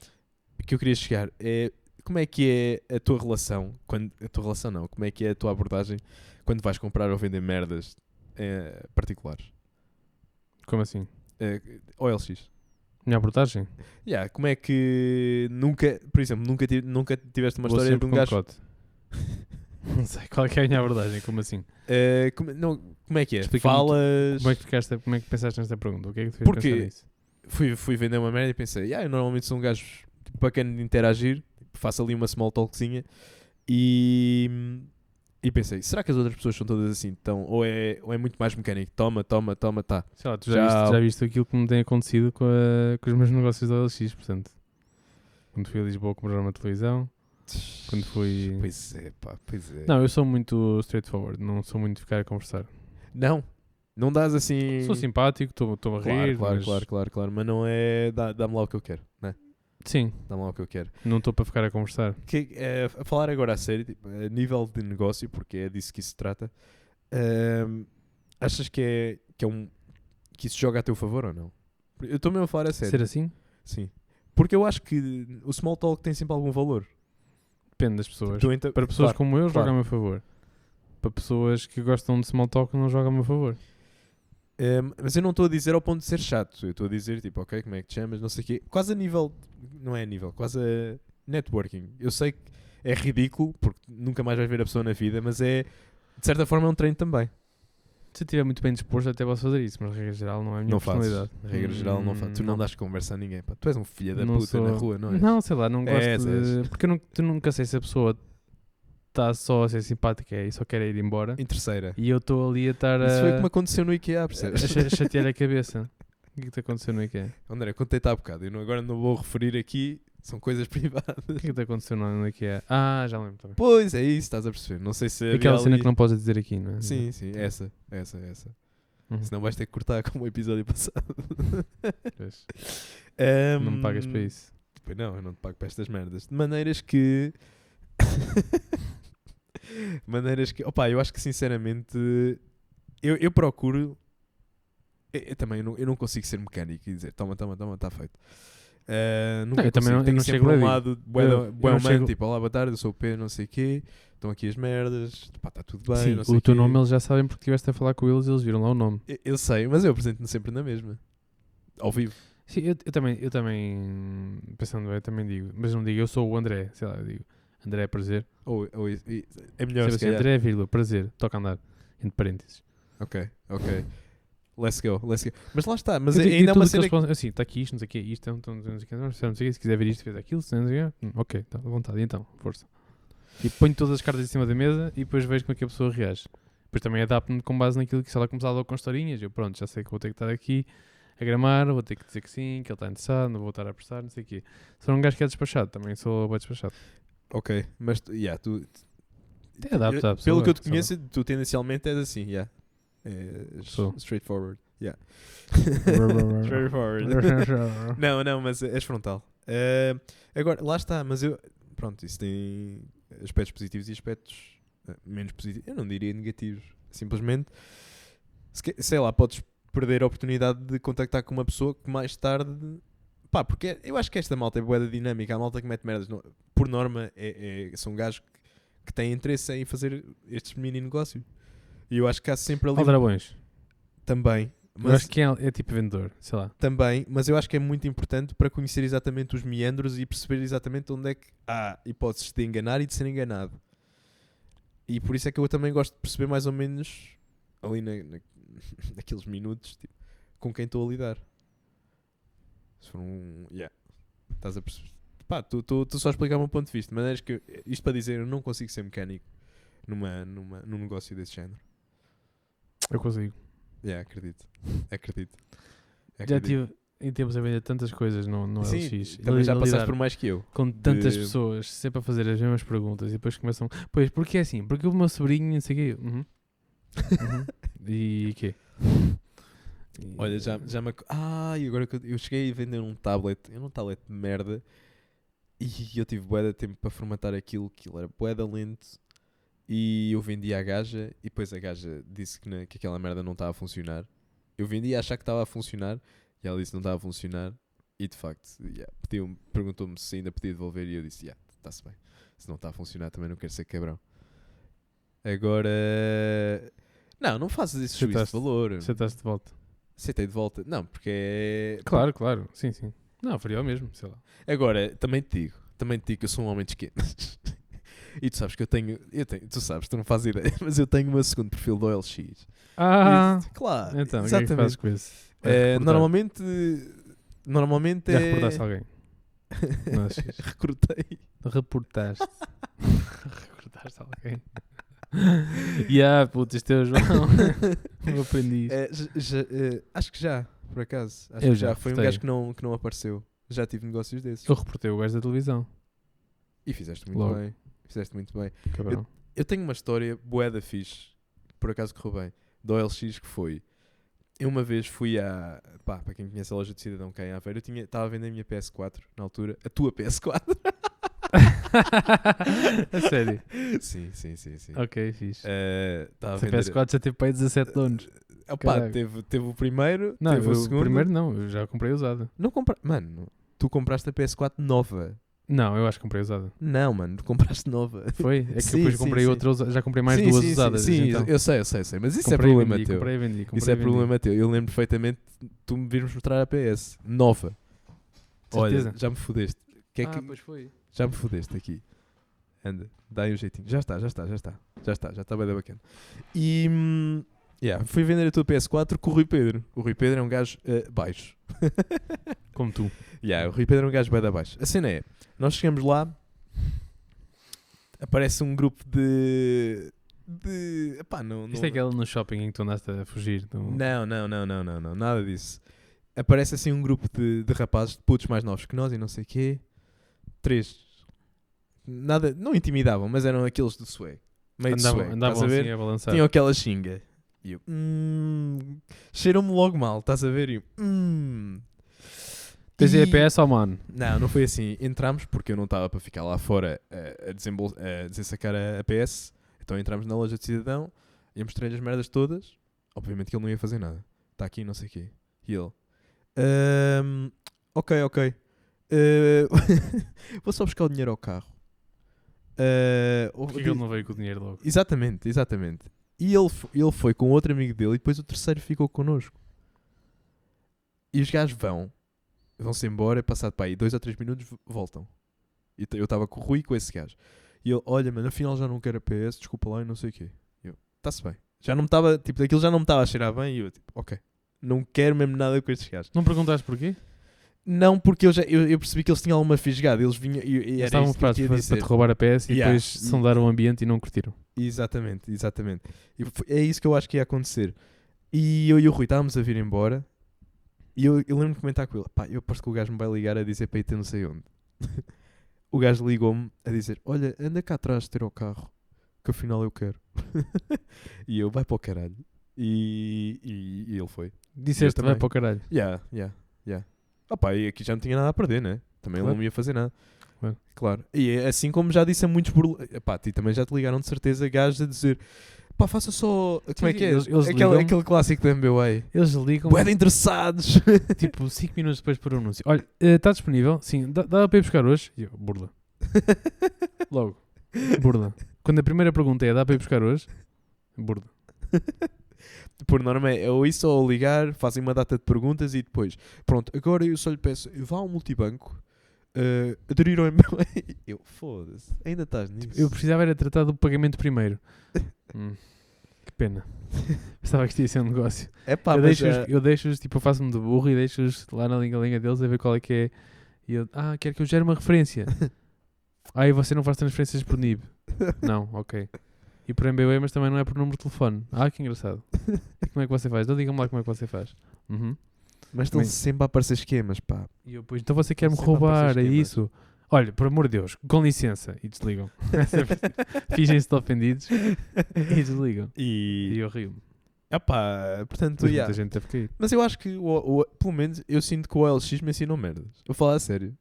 Speaker 2: que eu queria chegar é como é que é a tua relação quando a tua relação não, como é que é a tua abordagem quando vais comprar ou vender merdas eh, particulares?
Speaker 1: Como assim?
Speaker 2: Eh, OLX.
Speaker 1: Minha abordagem?
Speaker 2: Yeah, como é que nunca, por exemplo, nunca, ti- nunca tiveste uma
Speaker 1: Vou
Speaker 2: história de
Speaker 1: sempre
Speaker 2: um
Speaker 1: com
Speaker 2: gajo.
Speaker 1: decote. Não sei qual é que é a minha abordagem, como assim?
Speaker 2: Eh, como, não, como é que é?
Speaker 1: Explica-me
Speaker 2: Falas.
Speaker 1: Como é que ficaste, como é que pensaste nesta pergunta? O que é que te fez
Speaker 2: Porque-
Speaker 1: pensar nisso?
Speaker 2: fui, fui vender uma merda e pensei, "Ya, eu normalmente sou um gajo tipo, bacana de interagir, faço ali uma small talkzinha e, e pensei, será que as outras pessoas são todas assim? Então, ou é, ou é muito mais mecânico, toma, toma, toma, tá.
Speaker 1: Sei lá, tu já,
Speaker 2: Já-
Speaker 1: Viste, já viste aquilo que me tem acontecido com, a- com os meus negócios da OLX, portanto. Quando fui a Lisboa comprar uma televisão. Quando fui-
Speaker 2: Pois é, pá, pois é.
Speaker 1: Não, eu sou muito straightforward, não sou muito de ficar a conversar.
Speaker 2: Não, não dás assim.
Speaker 1: Sou simpático, estou a
Speaker 2: Claro,
Speaker 1: rir.
Speaker 2: claro,
Speaker 1: mas-
Speaker 2: claro, claro, claro, mas não é. dá- Dá-me lá o que eu quero, né?
Speaker 1: Sim,
Speaker 2: Dá-me lá o que eu quero.
Speaker 1: não estou para ficar a conversar.
Speaker 2: que, eh, a falar agora a sério, tipo, a nível de negócio, porque é disso que isso se trata, ehm, achas que é, que é um que isso joga a teu favor ou não? Eu estou mesmo a falar a sério.
Speaker 1: Ser assim?
Speaker 2: Sim. Porque eu acho que o small talk tem sempre algum valor. Tipo,
Speaker 1: Depende das pessoas.
Speaker 2: Tu entra-
Speaker 1: Para pessoas
Speaker 2: claro,
Speaker 1: como eu,
Speaker 2: claro.
Speaker 1: joga a meu favor. Para pessoas que gostam de small talk, não joga a meu favor.
Speaker 2: ehm, mas eu não estou a dizer ao ponto de ser chato. Eu estou a dizer, tipo, ok, como é que te chamas, não sei o quê. Quase a nível. Não é a nível, quase a networking. Eu sei que é ridículo, porque nunca mais vais ver a pessoa na vida, mas é. De certa forma é um treino também.
Speaker 1: Se estiver muito bem disposto, até posso fazer isso, mas regra geral não é a minha
Speaker 2: não fazes.
Speaker 1: personalidade. Hum,
Speaker 2: Regra geral, não fazes. Tu não dás conversa a ninguém. pá. Tu és um filho da
Speaker 1: Não
Speaker 2: puta na
Speaker 1: sou.
Speaker 2: rua, não é?
Speaker 1: Não, sei lá, não
Speaker 2: É,
Speaker 1: gosto
Speaker 2: és,
Speaker 1: de. Porque eu, nu- tu nunca sei se a pessoa está só a ser simpática e só quer ir embora.
Speaker 2: Em terceira.
Speaker 1: E eu estou ali a estar
Speaker 2: Isso foi
Speaker 1: a,
Speaker 2: como aconteceu no IKEA,
Speaker 1: a
Speaker 2: percebes?
Speaker 1: cha- chatear a cabeça. O que é que te aconteceu no IKEA?
Speaker 2: André, contei-te há bocado. Eu não- agora não vou referir aqui, são coisas
Speaker 1: O
Speaker 2: privadas.
Speaker 1: que é que te aconteceu no no IKEA? Ah, já lembro também.
Speaker 2: Pois é isso, estás a perceber. Não sei se. havia
Speaker 1: Aquela cena
Speaker 2: ali-
Speaker 1: que não podes dizer aqui, não é?
Speaker 2: Sim, sim, essa, essa, essa.
Speaker 1: Uhum.
Speaker 2: Senão vais ter que cortar como o episódio passado.
Speaker 1: Pois,
Speaker 2: Ahm,
Speaker 1: Não me pagas
Speaker 2: Hum,
Speaker 1: para isso.
Speaker 2: Pois não, eu não te pago para estas merdas. De maneiras que. maneiras que. Opa, eu acho que sinceramente. Eu, eu procuro. Eu, eu também eu não, eu não consigo ser mecânico e dizer toma, toma, toma, está feito. Ah, nunca
Speaker 1: eu também
Speaker 2: consigo.
Speaker 1: não- eu
Speaker 2: Tenho
Speaker 1: não
Speaker 2: sempre
Speaker 1: chego lá
Speaker 2: um
Speaker 1: e digo,
Speaker 2: lado bué
Speaker 1: eu-
Speaker 2: da-
Speaker 1: eu
Speaker 2: bué
Speaker 1: não
Speaker 2: humano,
Speaker 1: chego-
Speaker 2: tipo, olá, boa tarde, eu sou o Pedro, não sei o quê, estão aqui as merdas, está tudo bem.
Speaker 1: Sim,
Speaker 2: não sei
Speaker 1: o teu
Speaker 2: quê."
Speaker 1: nome é eles já sabem porque estiveste a falar com eles e eles viram lá o nome.
Speaker 2: Eu, eu sei, mas eu apresento-me sempre na mesma. Ao vivo.
Speaker 1: Sim, eu, eu também, eu também, pensando bem, também digo, mas não digo, eu sou o André, sei lá, eu digo, André, é prazer.
Speaker 2: Ou, ou- e- é melhor
Speaker 1: Sabe
Speaker 2: se
Speaker 1: assim,
Speaker 2: calhar.
Speaker 1: André, vírgula, prazer, toca a andar, entre parênteses.
Speaker 2: Ok, ok. Let's go, let's go. Mas lá está, mas
Speaker 1: Eu digo-
Speaker 2: ainda é
Speaker 1: digo tudo
Speaker 2: uma
Speaker 1: que
Speaker 2: cena.
Speaker 1: eles podem- assim, está aqui isto, não sei o que é isto, então, então, não sei o quê, não sei o quê, se quiser ver isto, fez aquilo, se não sei o quê, hum, ok, está à vontade, então, força. E ponho todas as cartas em cima da mesa e depois vejo como é que a pessoa reage. Depois também adapto-me com base naquilo que se ela começar logo com historinhas, eu pronto, já sei que vou ter que estar aqui a gramar, vou ter que tá dizer que sim, que ele está interessado, não vou estar a apressar, não sei o quê. Sou um gajo que é despachado, também sou bem despachado.
Speaker 2: Ok, mas tu- yeah, tu,
Speaker 1: Até adapta à
Speaker 2: eu- pelo
Speaker 1: pessoa,
Speaker 2: que eu te
Speaker 1: sabe?
Speaker 2: conheço, tu tendencialmente és assim, yeah. É,
Speaker 1: Sou.
Speaker 2: straightforward. Yeah. straightforward.
Speaker 1: Mas
Speaker 2: Não, não, mas é, és frontal. Eh, agora, lá está, mas eu. Pronto, isso tem aspectos positivos e aspectos eh, menos positivos. Eu não diria negativos. Simplesmente, se que- sei lá, podes perder a oportunidade de contactar com uma pessoa que mais tarde. Pá, porque eu acho que esta malta é boa dinâmica. A malta que mete merdas, no- por norma, é, é- são gajos que, que têm interesse em fazer estes mini negócios. E eu acho que há sempre ali.
Speaker 1: Aldrabões.
Speaker 2: Também.
Speaker 1: Eu acho que é, é tipo vendedor, sei lá.
Speaker 2: Também, mas eu acho que é muito importante para conhecer exatamente os meandros e perceber exatamente onde é que há hipóteses de enganar e de ser enganado. E por isso é que eu também gosto de perceber mais ou menos ali na, na- naqueles minutos tipo, com quem estou a lidar. Se for um. Yeah. Estás a perceber. Pá, estou só a explicar o meu ponto de vista, mas acho que isto para dizer, eu não consigo ser mecânico numa, numa, num negócio desse género.
Speaker 1: Eu consigo.
Speaker 2: Yeah, acredito. Acredito.
Speaker 1: Já
Speaker 2: Acredito.
Speaker 1: tive em tempos a vender tantas coisas é no, no
Speaker 2: Sim,
Speaker 1: LX.
Speaker 2: também
Speaker 1: Li-
Speaker 2: já passaste
Speaker 1: lidar
Speaker 2: por mais que eu.
Speaker 1: com tantas
Speaker 2: de-
Speaker 1: pessoas, sempre a fazer as mesmas perguntas e depois começam. Pois, porque é assim? Porque o meu sobrinho, não sei o quê. Uhum. Uhum. E quê? E- é
Speaker 2: Olha, já, já me. ac- Ah, e agora que eu, eu cheguei a vender um tablet, era um tablet de merda, e eu tive bué de tempo para formatar aquilo, aquilo era bué de lento, e eu vendi à gaja, e depois a gaja disse que, na- que aquela merda não estava a funcionar. Eu vendi a achar que estava a funcionar, e ela disse que não estava a funcionar, e de facto, yeah, pediu-me- perguntou-me se ainda podia devolver, e eu disse: yeah, está-se bem, se não está a funcionar também não quero ser cabrão. Agora. Não, não faças esse juízo de
Speaker 1: Aceitaste-
Speaker 2: valor.
Speaker 1: Aceitaste de volta.
Speaker 2: Aceitei de volta. Não, porque é.
Speaker 1: Claro, claro. Sim, sim. Não, faria o mesmo, sei lá.
Speaker 2: Agora, também te digo, também te digo que eu sou um homem de esquerdas. e tu sabes que eu tenho, eu tenho. Tu sabes, tu não fazes ideia, mas eu tenho o meu segundo perfil do OLX.
Speaker 1: Ah!
Speaker 2: Isso- claro.
Speaker 1: Então, o que é que fazes
Speaker 2: exatamente.
Speaker 1: com isso? Vais
Speaker 2: Eh,
Speaker 1: reportar?
Speaker 2: normalmente. Normalmente
Speaker 1: Já
Speaker 2: é-
Speaker 1: reportaste alguém? Não achas?
Speaker 2: Recrutei.
Speaker 1: Reportaste. Reportaste alguém. yeah, puto, este é o João. Eu aprendi isso.
Speaker 2: Eh, j- j- eh, acho que já, por acaso. Acho
Speaker 1: Eu
Speaker 2: que
Speaker 1: já
Speaker 2: já. Foi um
Speaker 1: reportei.
Speaker 2: gajo que não, que não apareceu. Já tive negócios desses.
Speaker 1: Eu reportei o gajo da televisão.
Speaker 2: E fizeste muito
Speaker 1: Logo.
Speaker 2: bem. Fizeste muito bem.
Speaker 1: Cabrão.
Speaker 2: Eu tenho uma história bué da fixe, por acaso correu bem, do OLX que foi. Eu uma vez fui à. Pá, para quem conhece a loja do Cidadão cá em Aveiro, eu tinha- estava a vender a minha PS4 na altura, a tua PS4.
Speaker 1: a sério.
Speaker 2: sim, sim, sim, sim.
Speaker 1: Ok, fixe.
Speaker 2: Eh, Estava a
Speaker 1: Essa
Speaker 2: vender.
Speaker 1: PS4 já teve para aí 17 é donos.
Speaker 2: Opa,
Speaker 1: caralho.
Speaker 2: teve, teve o primeiro,
Speaker 1: Não,
Speaker 2: teve
Speaker 1: eu-
Speaker 2: o segundo.
Speaker 1: primeiro não, eu já comprei usada.
Speaker 2: Não compra... Mano, tu compraste a PS4 nova.
Speaker 1: Não, eu acho que comprei usada.
Speaker 2: Não, mano, tu compraste nova.
Speaker 1: Foi? É que
Speaker 2: Sim,
Speaker 1: depois
Speaker 2: sim,
Speaker 1: comprei
Speaker 2: sim.
Speaker 1: outra usada. Já comprei mais
Speaker 2: Sim,
Speaker 1: duas
Speaker 2: sim, sim,
Speaker 1: usadas.
Speaker 2: Sim,
Speaker 1: então.
Speaker 2: eu sei, eu sei, eu sei. Mas isso
Speaker 1: comprei
Speaker 2: é
Speaker 1: e
Speaker 2: problema
Speaker 1: vendi,
Speaker 2: teu.
Speaker 1: Comprei e vendi.
Speaker 2: Isso
Speaker 1: comprei
Speaker 2: é
Speaker 1: e vendi.
Speaker 2: problema teu. Eu lembro perfeitamente de tu me vires mostrar a PS nova. Olha,
Speaker 1: Certeza?
Speaker 2: já me fodeste. Que é
Speaker 1: Ah,
Speaker 2: que-
Speaker 1: pois foi.
Speaker 2: Já me fodeste aqui. Anda, dá aí um jeitinho. Já está, já está, já está. Já está, já está bem da bacana. E hum, yeah, fui vender a tua PS4 com o Rui Pedro. O Rui Pedro é um gajo eh, baixo.
Speaker 1: Como tu.
Speaker 2: Yeah, o Rui Pedro é um gajo bem da baixo. A cena é, nós chegamos lá, aparece um grupo de. de. Epá, não, não,
Speaker 1: Isto é aquele no shopping em que tu andaste a fugir. do-
Speaker 2: Não, não, não, não, não, não, nada disso. Aparece assim um grupo de, de rapazes, de putos mais novos que nós e não sei quê. Três. Nada, não intimidavam, mas eram aqueles do sway. Meio de
Speaker 1: andavam
Speaker 2: sway,
Speaker 1: andavam
Speaker 2: é, estás a ver?
Speaker 1: assim a balançar.
Speaker 2: Tinham aquela xinga. E eu, hum, cheirou-me logo mal, estás a ver? E eu, hum.
Speaker 1: Tens
Speaker 2: E-
Speaker 1: GPS ou oh, mano?
Speaker 2: Não, não foi assim. Entramos porque eu não estava para ficar lá fora a, a, desembol- a desensacar a, a PS. Então entramos na loja de cidadão e eu mostrei-lhe as merdas todas. Obviamente que ele não ia fazer nada. Está aqui, não sei o quê. E ele. "Ahm, ok, ok. Ah, vou só buscar o dinheiro ao carro. Ah, ou-
Speaker 1: Porque ele não veio com o dinheiro logo.
Speaker 2: Exatamente, exatamente. E ele, fo- ele foi com outro amigo dele e depois o terceiro ficou connosco. E os gajos vão, vão-se embora, é passado para aí dois ou três minutos, v- voltam. E t- eu estava com o Rui e com esse gajo. E ele, olha, mano, afinal já não quero a PS, desculpa lá e não sei o quê. E eu, está-se bem. Já não me estava, tipo, daquilo já não me estava a cheirar bem e eu, tipo, ok, não quero mesmo nada com estes gajos.
Speaker 1: Não perguntaste porquê?
Speaker 2: Não, porque eu, já, eu, eu percebi que eles tinham alguma fisgada, eles vinham, e, e
Speaker 1: Eles
Speaker 2: era
Speaker 1: Estavam
Speaker 2: isto que eu
Speaker 1: preparados
Speaker 2: tinha a
Speaker 1: para, para
Speaker 2: dizer.
Speaker 1: te roubar a PS e
Speaker 2: Yeah.
Speaker 1: depois sondaram o ambiente e não curtiram.
Speaker 2: Exatamente, exatamente. E fo- é isso que eu acho que ia acontecer. E eu e o Rui estávamos a vir embora e eu, eu lembro-me de comentar com ele: pá, eu aposto que o gajo me vai ligar a dizer para ir ter não sei onde. o gajo ligou-me a dizer: Olha, anda cá atrás ter o carro, que afinal eu quero. e eu, vai para o caralho. E, e- e ele foi.
Speaker 1: Disseste,
Speaker 2: Eu
Speaker 1: vai é
Speaker 2: também.
Speaker 1: para o caralho.
Speaker 2: Yeah, yeah, yeah. Opa, e aqui já não tinha nada a perder, né? Também
Speaker 1: Claro.
Speaker 2: ele não ia fazer nada.
Speaker 1: Claro.
Speaker 2: E é assim como já disse a muitos burla... Epá, ti também já te ligaram de certeza gajos a dizer pá, faça só... Como é
Speaker 1: sim,
Speaker 2: que é?
Speaker 1: eles- eles
Speaker 2: aquele,
Speaker 1: ligam-me. é?
Speaker 2: aquele clássico da MBWay.
Speaker 1: Eles ligam
Speaker 2: Bué de interessados!
Speaker 1: tipo 5 minutos depois
Speaker 2: um
Speaker 1: por anúncio. Olha, está disponível? Sim, dá, dá para ir buscar hoje? E eu, burla. Logo, burla. Quando a primeira pergunta é dá para ir buscar hoje? Burla.
Speaker 2: Por norma é ou isso ou ligar, fazem uma data de perguntas e depois, pronto, agora eu só lhe peço, vá ao multibanco, eh, aderir ao MBWay. Eu, foda-se, ainda estás nisso.
Speaker 1: Eu precisava era tratar do pagamento primeiro. Hum, que pena. Pensava que isto ia ser um negócio.
Speaker 2: Epá,
Speaker 1: eu,
Speaker 2: mas,
Speaker 1: deixo-os,
Speaker 2: ah,
Speaker 1: eu deixo-os, tipo, eu faço-me de burro e deixo-os lá na linha-linha deles a ver qual é que é. E eu, ah, quero que eu gere uma referência. ah, e você não faz transferências por NIB? Não, ok. E por MBWay, mas também não é por número de telefone. Ah, que engraçado. E como é que você faz? Então diga-me lá como é que você faz. Uhum.
Speaker 2: mas estão
Speaker 1: Bem.
Speaker 2: sempre a aparecer esquemas, pá.
Speaker 1: E eu, pois, então você quer me
Speaker 2: Sempre aparece
Speaker 1: roubar, é
Speaker 2: esquemas.
Speaker 1: isso? Olha, por amor de Deus, com licença. E desligam. Fingem-se de ofendidos e desligam. E
Speaker 2: E,
Speaker 1: eu rio-me.
Speaker 2: epá, portanto,
Speaker 1: Mas
Speaker 2: yeah.
Speaker 1: Muita gente deve cair.
Speaker 2: Mas eu acho que, o, o- pelo menos, eu sinto que o OLX me ensinou merdas. Vou falar a sério.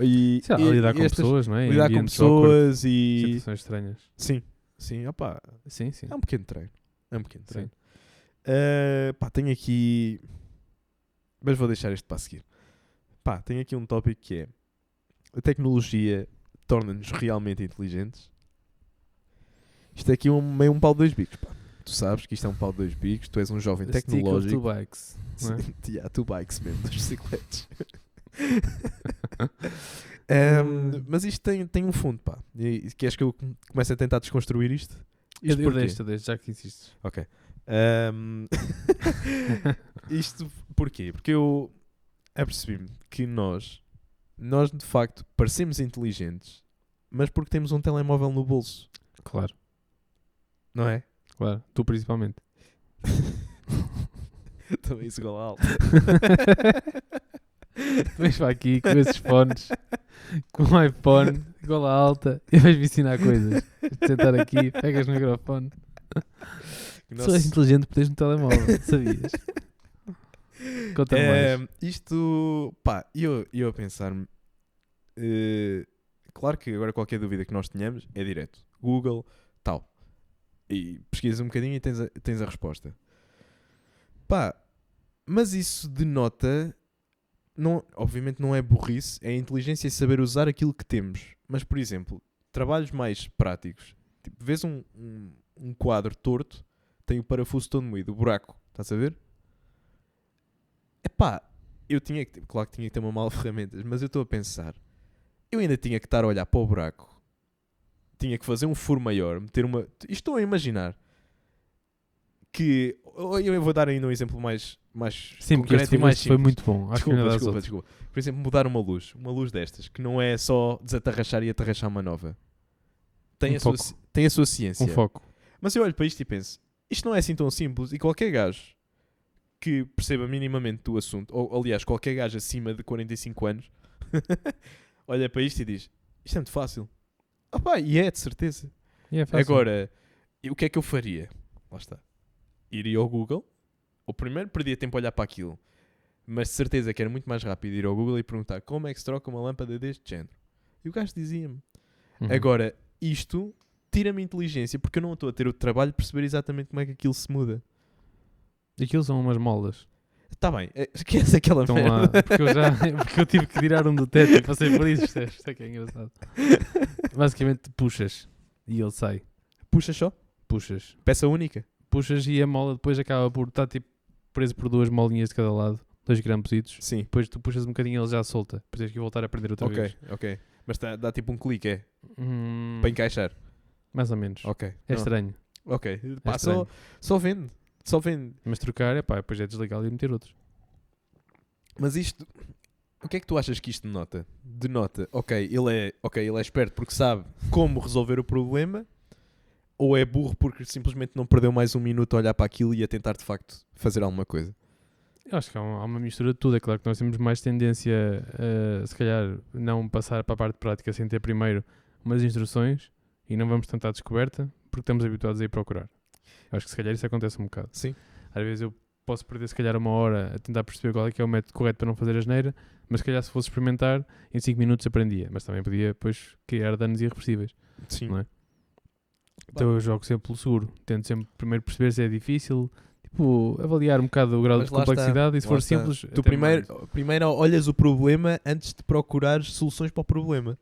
Speaker 2: E,
Speaker 1: Sei lá,
Speaker 2: e-
Speaker 1: lidar com
Speaker 2: estas-
Speaker 1: pessoas, não é? Em
Speaker 2: Lidar com
Speaker 1: ambientes awkward,
Speaker 2: pessoas e...
Speaker 1: Situações estranhas.
Speaker 2: Sim, sim, opá,
Speaker 1: Sim, sim.
Speaker 2: É um pequeno treino. É um pequeno
Speaker 1: Sim.
Speaker 2: treino. Ah, pá, tenho aqui. Mas vou deixar este para a seguir. Pá, tenho aqui um tópico que é: a tecnologia torna-nos realmente inteligentes. Isto aqui é um, meio um pau de dois bicos. Pá. Tu sabes que isto é um pau de dois bicos, tu és um jovem
Speaker 1: Stick of
Speaker 2: tecnológico.
Speaker 1: two bikes. não é?
Speaker 2: Yeah, tu bikes mesmo, dos bicicletas.
Speaker 1: Hum.
Speaker 2: Ahm, mas isto tem, tem um fundo, pá. E, e queres que eu come- comece a tentar desconstruir isto?
Speaker 1: Eu,
Speaker 2: Isto
Speaker 1: eu
Speaker 2: porquê?
Speaker 1: deixo, eu deixo, já que insistes.
Speaker 2: Ahm, isto porquê? Porque eu apercebi-me que nós, nós de facto parecemos inteligentes, mas porque temos um telemóvel no bolso,
Speaker 1: Claro,
Speaker 2: não é?
Speaker 1: claro. Tu principalmente.
Speaker 2: Também isso igual alto.
Speaker 1: Vens para aqui com esses fones, com um iPhone, gola alta, e vais me ensinar coisas. Vou-te Sentar aqui, pegas no microfone. Se és inteligente, podes no telemóvel, sabias? Conta
Speaker 2: É,
Speaker 1: mais.
Speaker 2: isto, pá, eu, eu a pensar-me. eh, claro que agora qualquer dúvida que nós tenhamos é direto. Google, tal. E pesquisas um bocadinho e tens a, tens a resposta. Pá, mas isso denota. Não, obviamente não é burrice, é inteligência e saber usar aquilo que temos. Mas, por exemplo, trabalhos mais práticos. Tipo, vês um, um, um quadro torto, tem o parafuso todo moído, o buraco, estás a ver? Epá, eu tinha que. Claro que tinha que ter uma mala de ferramentas, mas eu estou a pensar. Eu ainda tinha que estar a olhar para o buraco. Tinha que fazer um furo maior, meter uma. Estou a imaginar que. Eu vou dar ainda um exemplo mais, mais
Speaker 1: Sim, porque
Speaker 2: concreto
Speaker 1: este,
Speaker 2: e mais
Speaker 1: este foi
Speaker 2: simples.
Speaker 1: muito bom. Acho que
Speaker 2: Desculpa,
Speaker 1: ainda dá
Speaker 2: desculpa,
Speaker 1: sorte.
Speaker 2: desculpa. Por exemplo, mudar uma luz. Uma luz destas, que não é só desatarrachar e atarrachar uma nova. Tem,
Speaker 1: Um
Speaker 2: a, sua,
Speaker 1: foco.
Speaker 2: ci- tem a sua ciência.
Speaker 1: Um foco.
Speaker 2: Mas eu olho para isto e penso, isto não é assim tão simples. E qualquer gajo que perceba minimamente do assunto, ou aliás, qualquer gajo acima de 45 anos, olha para isto e diz, isto é muito fácil. Ah pá, e é de certeza.
Speaker 1: E é fácil.
Speaker 2: Agora, e o que é que eu faria? Lá está. Iria ao Google. Ou primeiro perdia tempo a olhar para aquilo. Mas de certeza que era muito mais rápido ir ao Google e perguntar como é que se troca uma lâmpada deste género. E o gajo dizia-me.
Speaker 1: Uhum.
Speaker 2: Agora, isto tira-me inteligência porque eu não estou a ter o trabalho de perceber exatamente como é que aquilo se muda.
Speaker 1: Aquilo são umas molas.
Speaker 2: Está bem, eh, esquece aquela
Speaker 1: Estão
Speaker 2: merda.
Speaker 1: lá. Porque eu, já, porque eu tive que tirar um do teto e passei por isso. percebes? Isto é que é engraçado. Basicamente, puxas e ele sai.
Speaker 2: Puxa só,
Speaker 1: Puxas.
Speaker 2: peça única.
Speaker 1: Puxas e a mola depois acaba por estar tipo preso por duas molinhas de cada lado, dois grampositos.
Speaker 2: Sim.
Speaker 1: Depois tu puxas um bocadinho e ele já solta. Depois tens que voltar a prender outra
Speaker 2: Ok,
Speaker 1: vez.
Speaker 2: ok. Mas tá- dá tipo um clique, é?
Speaker 1: Hum,
Speaker 2: Para encaixar.
Speaker 1: mais ou menos.
Speaker 2: Ok.
Speaker 1: É
Speaker 2: não.
Speaker 1: estranho.
Speaker 2: Ok. Pá,
Speaker 1: estranho.
Speaker 2: só, só vende. Só vende.
Speaker 1: Mas trocar, é pá, depois é desligá-lo e meter outro.
Speaker 2: Mas isto, o que é que tu achas que isto denota? Denota, ok, ele é, ok, ele é esperto porque sabe como resolver o problema, ou é burro porque simplesmente não perdeu mais um minuto a olhar para aquilo e a tentar de facto fazer alguma coisa?
Speaker 1: Eu acho que há uma, há uma mistura de tudo. É claro que nós temos mais tendência a, se calhar, não passar para a parte prática sem ter primeiro umas instruções e não vamos tanto à descoberta porque estamos habituados a ir procurar. Eu acho que se calhar isso acontece um bocado.
Speaker 2: Sim.
Speaker 1: Às vezes eu posso perder, se calhar, uma hora a tentar perceber qual é que é o método correto para não fazer a geneira, mas se calhar se fosse experimentar, em 5 minutos aprendia. Mas também podia depois criar danos irreversíveis.
Speaker 2: Sim.
Speaker 1: Não é? Então eu jogo sempre pelo seguro. Tento sempre primeiro perceber se é difícil, tipo, avaliar um bocado o grau
Speaker 2: Mas
Speaker 1: de
Speaker 2: lá está,
Speaker 1: complexidade e se
Speaker 2: lá
Speaker 1: for
Speaker 2: está.
Speaker 1: simples.
Speaker 2: Tu
Speaker 1: até
Speaker 2: primeiro,
Speaker 1: mais.
Speaker 2: primeiro olhas o problema antes de procurares soluções para o problema.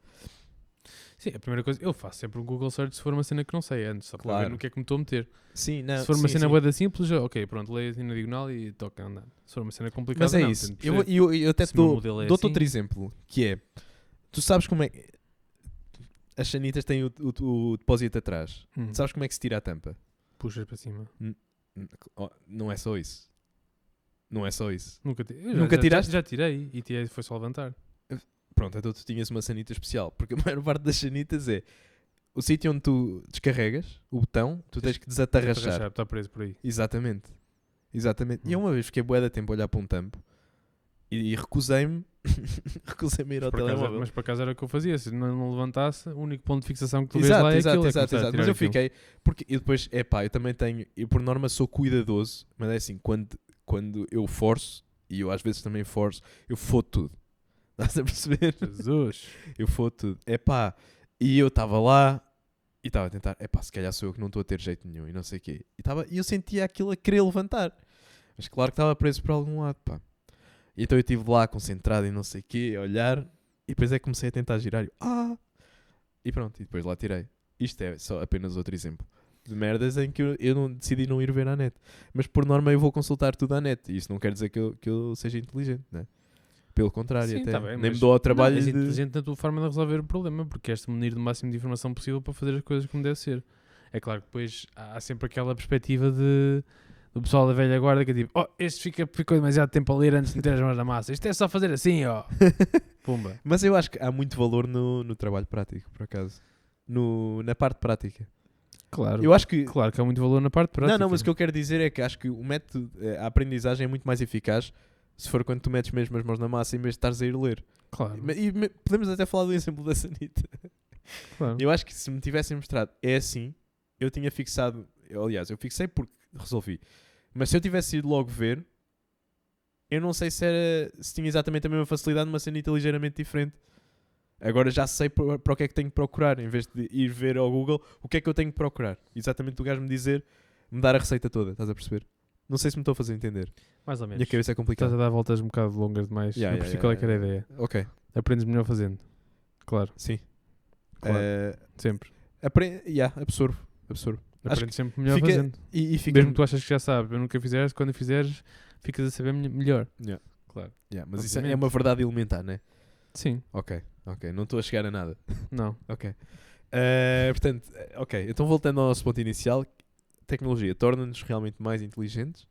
Speaker 1: Sim, a primeira coisa. Eu faço sempre um Google search se for uma cena que não sei antes, só para
Speaker 2: Claro.
Speaker 1: ver no que é que me estou a meter.
Speaker 2: Sim, não.
Speaker 1: se for uma
Speaker 2: sim,
Speaker 1: cena
Speaker 2: sim.
Speaker 1: boeda simples, eu- ok, pronto, leio assim na diagonal e toca a andar. Se for uma cena complicada,
Speaker 2: Mas é
Speaker 1: não,
Speaker 2: isso.
Speaker 1: tento
Speaker 2: Eu, vou-
Speaker 1: perceber.
Speaker 2: eu, eu até te
Speaker 1: Se o meu
Speaker 2: dou,
Speaker 1: modelo é
Speaker 2: dou-te
Speaker 1: assim.
Speaker 2: outro exemplo, que é... Tu sabes como é... As chanitas têm o, o- o depósito atrás.
Speaker 1: Hum,
Speaker 2: Tu sabes como é que se tira a tampa?
Speaker 1: Puxas para cima.
Speaker 2: Oh, Não é só isso. Não é só isso.
Speaker 1: Nunca, ti- eu
Speaker 2: Nunca
Speaker 1: já,
Speaker 2: tiraste?
Speaker 1: Já, já tirei e tirei, foi só levantar.
Speaker 2: Pronto, então tu tinhas uma sanita especial. Porque a maior parte das sanitas é... O sítio onde tu descarregas, o botão, tu tens que desatarrachar.
Speaker 1: Tipo, Está preso por aí.
Speaker 2: Exatamente. Exatamente. E eu
Speaker 1: Hum.
Speaker 2: uma vez fiquei bué da tempo a olhar para um tampo e, e recusei-me recusei-me a ir ao
Speaker 1: Mas por, acaso, é
Speaker 2: telemóvel.
Speaker 1: mas por acaso era o que eu fazia. Se não, não levantasse, o único ponto de fixação que tu vês lá é
Speaker 2: Exato, exato,
Speaker 1: aquilo. é
Speaker 2: exato,
Speaker 1: começar a
Speaker 2: exato.
Speaker 1: tirar
Speaker 2: Mas eu
Speaker 1: aquilo.
Speaker 2: fiquei, porque e depois, é pá, eu também tenho, eu por norma sou cuidadoso, mas é assim, quando, quando eu forço, e eu às vezes também forço, eu foto tudo. Estás a perceber?
Speaker 1: Jesus.
Speaker 2: Eu foto tudo. É pá, e eu estava lá e estava a tentar, é pá, se calhar sou eu que não estou a ter jeito nenhum e não sei o quê. E, tava, e eu sentia aquilo a querer levantar, mas claro que estava preso por algum lado, pá. E então eu estive lá concentrado e não sei o quê, a olhar, e depois é que comecei a tentar girar. E, eu, ah! e pronto, e depois lá tirei. Isto é só apenas outro exemplo de merdas em que eu, eu não decidi não ir ver à net. Mas por norma eu vou consultar tudo à net. E isso não quer dizer que eu, que eu seja inteligente, né? Pelo contrário,
Speaker 1: Sim,
Speaker 2: até
Speaker 1: tá bem,
Speaker 2: nem me
Speaker 1: mas-
Speaker 2: dou ao trabalho
Speaker 1: Não, és
Speaker 2: de...
Speaker 1: inteligente na tua forma de resolver o problema, porque és-te munir do máximo de informação possível para fazer as coisas como deve ser. É claro que depois há sempre aquela perspectiva de do pessoal da velha guarda que é tipo, oh, este fica, ficou demasiado tempo a ler antes de meter as mãos na massa. Isto é só fazer assim, ó. Pumba.
Speaker 2: Mas eu acho que há muito valor no, no trabalho prático, por acaso. No, na parte prática.
Speaker 1: Claro.
Speaker 2: Eu acho que.
Speaker 1: Claro que há muito valor na parte prática.
Speaker 2: Não, não, mas o que eu quero dizer é que acho que o método, eh, a aprendizagem é muito mais eficaz se for quando tu metes mesmo as mãos na massa em vez de estares a ir ler.
Speaker 1: Claro,
Speaker 2: E, e me- podemos até falar do exemplo da Sanita.
Speaker 1: claro.
Speaker 2: Eu acho que se me tivessem mostrado é assim, eu tinha fixado. eu, aliás, eu fixei porque resolvi. Mas se eu tivesse ido logo ver, eu não sei se, era, se tinha exatamente a mesma facilidade numa sanita ligeiramente diferente. Agora já sei para para o que é que tenho que procurar, em vez de ir ver ao Google o que é que eu tenho que procurar. Exatamente o gajo me dizer, me dar a receita toda, estás a perceber? Não sei se me estou a fazer entender.
Speaker 1: Mais ou menos.
Speaker 2: Minha cabeça é
Speaker 1: Estás
Speaker 2: complicada.
Speaker 1: a dar voltas um bocado longas demais.
Speaker 2: Yeah,
Speaker 1: não
Speaker 2: yeah,
Speaker 1: percebi
Speaker 2: yeah,
Speaker 1: qual é que era a
Speaker 2: yeah.
Speaker 1: ideia.
Speaker 2: Ok,
Speaker 1: Aprendes melhor fazendo. Claro,
Speaker 2: sim.
Speaker 1: Claro.
Speaker 2: Eh,
Speaker 1: sempre.
Speaker 2: apre- yeah, absorvo, absorvo. Acho
Speaker 1: Aprendes sempre melhor
Speaker 2: fica-
Speaker 1: fazendo.
Speaker 2: E, e fica
Speaker 1: Mesmo que Tipo, tu achas que já sabes, eu nunca fizeres, quando fizeres, ficas a saber melho- melhor.
Speaker 2: Yeah.
Speaker 1: Claro.
Speaker 2: Yeah, mas isso é
Speaker 1: Obviamente.
Speaker 2: uma verdade elementar, né?
Speaker 1: Sim,
Speaker 2: Ok, ok. Não estou a chegar a nada.
Speaker 1: não.
Speaker 2: Ok. Eh, portanto, eh, ok. Então, voltando ao nosso ponto inicial, tecnologia torna-nos realmente mais inteligentes?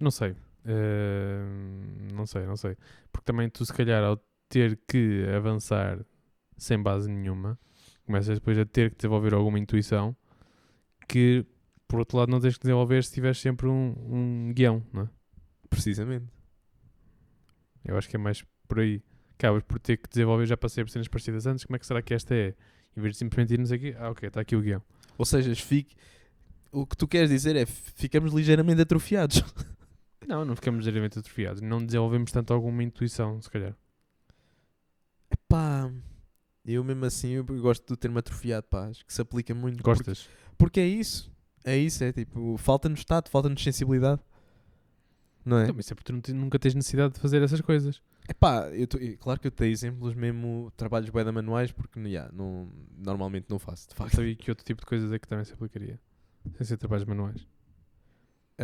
Speaker 1: Não sei. Eh, não sei, não sei. Porque também tu, se calhar, ao ter que avançar sem base nenhuma, começas depois a ter que desenvolver alguma intuição que, por outro lado, não tens que desenvolver se tiveres sempre um, um guião, não é?
Speaker 2: Precisamente.
Speaker 1: Eu acho que é mais por aí. Acabas por ter que desenvolver, já passei por cenas parecidas antes, como é que será que esta é? Em vez de simplesmente irmos aqui, ah, ok, está aqui o guião.
Speaker 2: Ou seja, fique... o que tu queres dizer é f- ficamos ligeiramente atrofiados.
Speaker 1: Não, não ficamos ligeiramente atrofiados. Não desenvolvemos tanto alguma intuição, se calhar.
Speaker 2: Pá, eu mesmo assim eu gosto do termo atrofiado, pá. Acho que se aplica muito. Porque,
Speaker 1: Gostas?
Speaker 2: porque é isso. É isso, é tipo, falta-nos tato, falta-nos sensibilidade. Não é?
Speaker 1: Então, mas isso é porque tu não te- nunca tens necessidade de fazer essas coisas.
Speaker 2: Epá, eu tô- e claro que eu tenho exemplos mesmo, trabalhos bem da manuais, porque yeah, não, normalmente não faço, de
Speaker 1: Não
Speaker 2: facto.
Speaker 1: Sabia que outro tipo de coisas é que também se aplicaria. Sem ser trabalhos manuais.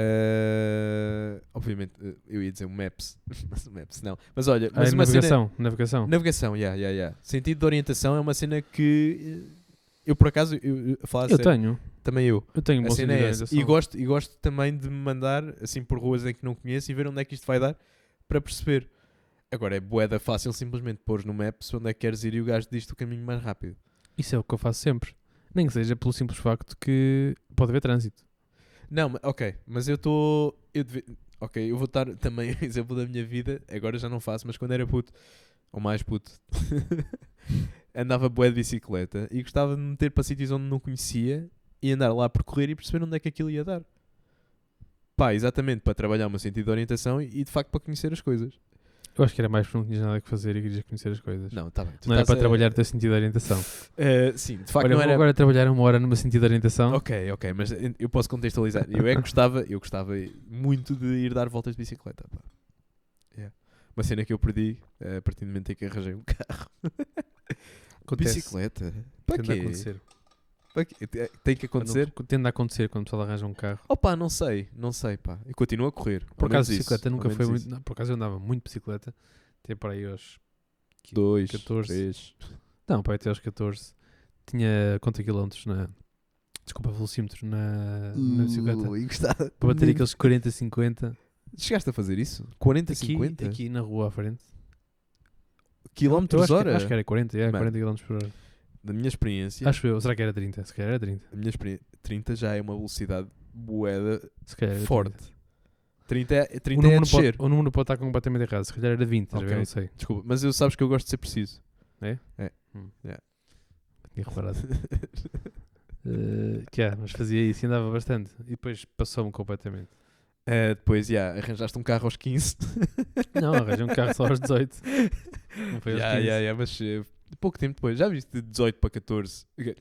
Speaker 2: Eh, obviamente, eh, eu ia dizer um Maps, mas o Maps não. Mas olha,
Speaker 1: Ah,
Speaker 2: mas
Speaker 1: é
Speaker 2: uma cena...
Speaker 1: navegação, navegação.
Speaker 2: Navegação, yeah, yeah, yeah. Sentido de orientação é uma cena que eh, eu, por acaso, eu, eu, a falar a
Speaker 1: eu
Speaker 2: sério,
Speaker 1: tenho.
Speaker 2: também eu.
Speaker 1: Eu tenho um
Speaker 2: A
Speaker 1: bom
Speaker 2: cena
Speaker 1: sentido de
Speaker 2: é essa.
Speaker 1: orientação.
Speaker 2: E gosto, e gosto também de me mandar, assim, por ruas em que não conheço e ver onde é que isto vai dar para perceber. Agora, é boeda fácil simplesmente pôres no Maps onde é que queres ir e o gajo diz-te o caminho mais rápido.
Speaker 1: Isso é o que eu faço sempre. Nem que seja pelo simples facto que pode haver trânsito.
Speaker 2: Não, ma- ok, mas eu estou. Eu deve- Ok, eu vou estar também um exemplo da minha vida, agora já não faço, mas quando era puto, ou mais puto, andava bué de bicicleta e gostava de me meter para sítios onde não conhecia e andar lá a percorrer e perceber onde é que aquilo ia dar. Pá, exatamente, para trabalhar o meu sentido de orientação e e de facto para conhecer as coisas.
Speaker 1: Eu acho que era mais porque não tinhas nada que fazer e querias conhecer as coisas.
Speaker 2: Não, tá bem. tu
Speaker 1: não era para
Speaker 2: estás a-
Speaker 1: trabalhar o teu sentido de orientação.
Speaker 2: Eh, sim, de facto
Speaker 1: Olha,
Speaker 2: não
Speaker 1: vou
Speaker 2: era.
Speaker 1: agora trabalhar uma hora numa sentido de orientação.
Speaker 2: Ok, ok, mas eu posso contextualizar. Eu é que gostava, eu gostava muito de ir dar voltas de bicicleta. pá. Yeah. Uma cena que eu perdi eh, a partir do momento em que arranjei um carro.
Speaker 1: Acontece.
Speaker 2: Bicicleta? Para
Speaker 1: Tende a
Speaker 2: quê?
Speaker 1: acontecer.
Speaker 2: Para quê? Te- Tem que acontecer?
Speaker 1: Quando- Tende a acontecer quando o pessoal arranja um carro.
Speaker 2: Opa, não sei, não sei, pá. Eu continuo a correr.
Speaker 1: Por
Speaker 2: ao menos
Speaker 1: acaso,
Speaker 2: isso,
Speaker 1: bicicleta
Speaker 2: ao
Speaker 1: nunca
Speaker 2: menos
Speaker 1: foi
Speaker 2: isso.
Speaker 1: muito. Não, por acaso, eu andava muito de bicicleta. Até para aí aos. quê?
Speaker 2: Dois,
Speaker 1: 14.
Speaker 2: três.
Speaker 1: Não, para aí até aos 14. Tinha quanto quilómetros na. Desculpa, velocímetros na, na bicicleta.
Speaker 2: Ui, gostava.
Speaker 1: Para bater
Speaker 2: Nem-
Speaker 1: aqueles 40, 50.
Speaker 2: Chegaste a fazer isso? 40,
Speaker 1: Aqui,
Speaker 2: 50?
Speaker 1: aqui na rua à frente. Eu
Speaker 2: Quilómetros
Speaker 1: acho,
Speaker 2: hora?
Speaker 1: Que, acho que era 40, é,
Speaker 2: Mano. Tipo
Speaker 1: 40 km por hora.
Speaker 2: Da minha experiência,
Speaker 1: Acho eu, será que era 30? Se calhar era 30.
Speaker 2: da minha experiência, 30 já é uma velocidade boeda
Speaker 1: Se calhar era
Speaker 2: forte. 30 é,
Speaker 1: 30. O
Speaker 2: 30 é a
Speaker 1: número,
Speaker 2: descer.
Speaker 1: pode, o número pode estar completamente errado. Se calhar era 20, estás a ver?
Speaker 2: Ok.
Speaker 1: Eu não sei.
Speaker 2: Desculpa, mas eu sabes que eu gosto de ser preciso.
Speaker 1: Tinha reparado. Eh, que é, mas fazia isso e andava bastante. E depois passou-me completamente.
Speaker 2: Eh, depois, já, arranjaste um carro aos 15.
Speaker 1: Não, arranjei um carro só aos 18. Não foi aos
Speaker 2: Já,
Speaker 1: 15.
Speaker 2: já, já, mas eh, pouco tempo depois. Já viste de 18 para 14? Ok,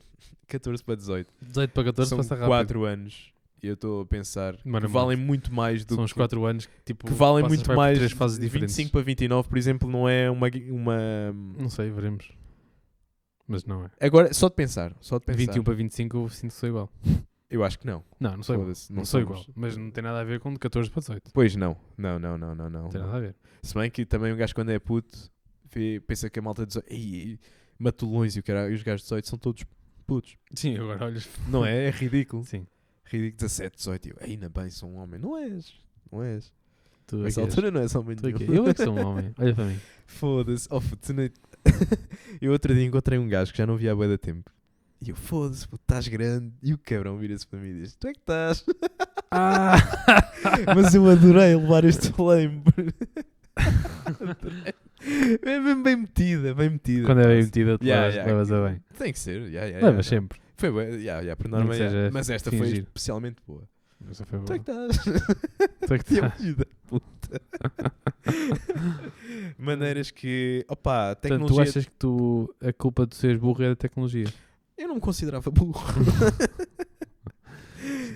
Speaker 2: 14 para 18.
Speaker 1: 18 para 14
Speaker 2: São
Speaker 1: passa rápido.
Speaker 2: 4 anos. E eu estou a pensar
Speaker 1: Mano,
Speaker 2: que valem muito mais do
Speaker 1: São
Speaker 2: que...
Speaker 1: os 4 anos que, tipo,
Speaker 2: que valem
Speaker 1: passas
Speaker 2: muito
Speaker 1: vai por
Speaker 2: mais
Speaker 1: três fases
Speaker 2: de
Speaker 1: diferentes.
Speaker 2: 25 para 29, por exemplo, não é uma... gui- uma...
Speaker 1: Não sei, veremos. Mas não é.
Speaker 2: Agora, só de pensar, só de pensar.
Speaker 1: 21 para 25 eu sinto que sou igual.
Speaker 2: Eu acho que não.
Speaker 1: Não, não sou igual.
Speaker 2: Foda-se,
Speaker 1: Não, sou
Speaker 2: somos.
Speaker 1: igual. Mas não tem nada a ver com de 14 para 18.
Speaker 2: Pois não. Não, não, não, não, não.
Speaker 1: Não tem nada a ver.
Speaker 2: Se bem que também um gajo quando é puto vê- pensa que a malta de 18 ei, ei, matulões e o cara, os gajos de 18 são todos putos.
Speaker 1: Sim, agora olhas.
Speaker 2: Não é? É ridículo.
Speaker 1: Sim.
Speaker 2: Ridículo 17, 18 e eu, ainda bem, sou um homem. Não és. Não és.
Speaker 1: Tu é que
Speaker 2: Nessa
Speaker 1: és.
Speaker 2: altura não és homem
Speaker 1: Tu é que-
Speaker 2: nenhum.
Speaker 1: Eu é que sou um homem. Olha para mim.
Speaker 2: Foda-se. Oh, puto, tu não- eu outro dia encontrei um gajo que já não via há bué da tempo. E eu, foda-se, puto, estás grande. E o cabrão vira-se para mim e diz, tu é que estás.
Speaker 1: Ah!
Speaker 2: Mas eu adorei levar este flame. é mesmo bem metida, bem metida.
Speaker 1: Quando é bem metida, tu
Speaker 2: Yeah,
Speaker 1: levas,
Speaker 2: yeah. É,
Speaker 1: levas a bem.
Speaker 2: Tem que ser, yeah, yeah,
Speaker 1: Levas
Speaker 2: yeah.
Speaker 1: sempre.
Speaker 2: Foi boa, yeah, yeah, por
Speaker 1: Nem
Speaker 2: norma,
Speaker 1: que
Speaker 2: yeah.
Speaker 1: seja
Speaker 2: mas esta foi
Speaker 1: fingir.
Speaker 2: especialmente boa.
Speaker 1: Mas foi
Speaker 2: Tu é
Speaker 1: bom.
Speaker 2: que estás?
Speaker 1: Tu é que
Speaker 2: Te
Speaker 1: tá.
Speaker 2: ajuda, puta. Maneiras que, opá, a
Speaker 1: Portanto,
Speaker 2: tecnologia...
Speaker 1: tu achas que tu, a culpa de seres burro é da tecnologia?
Speaker 2: Eu não me considerava burro.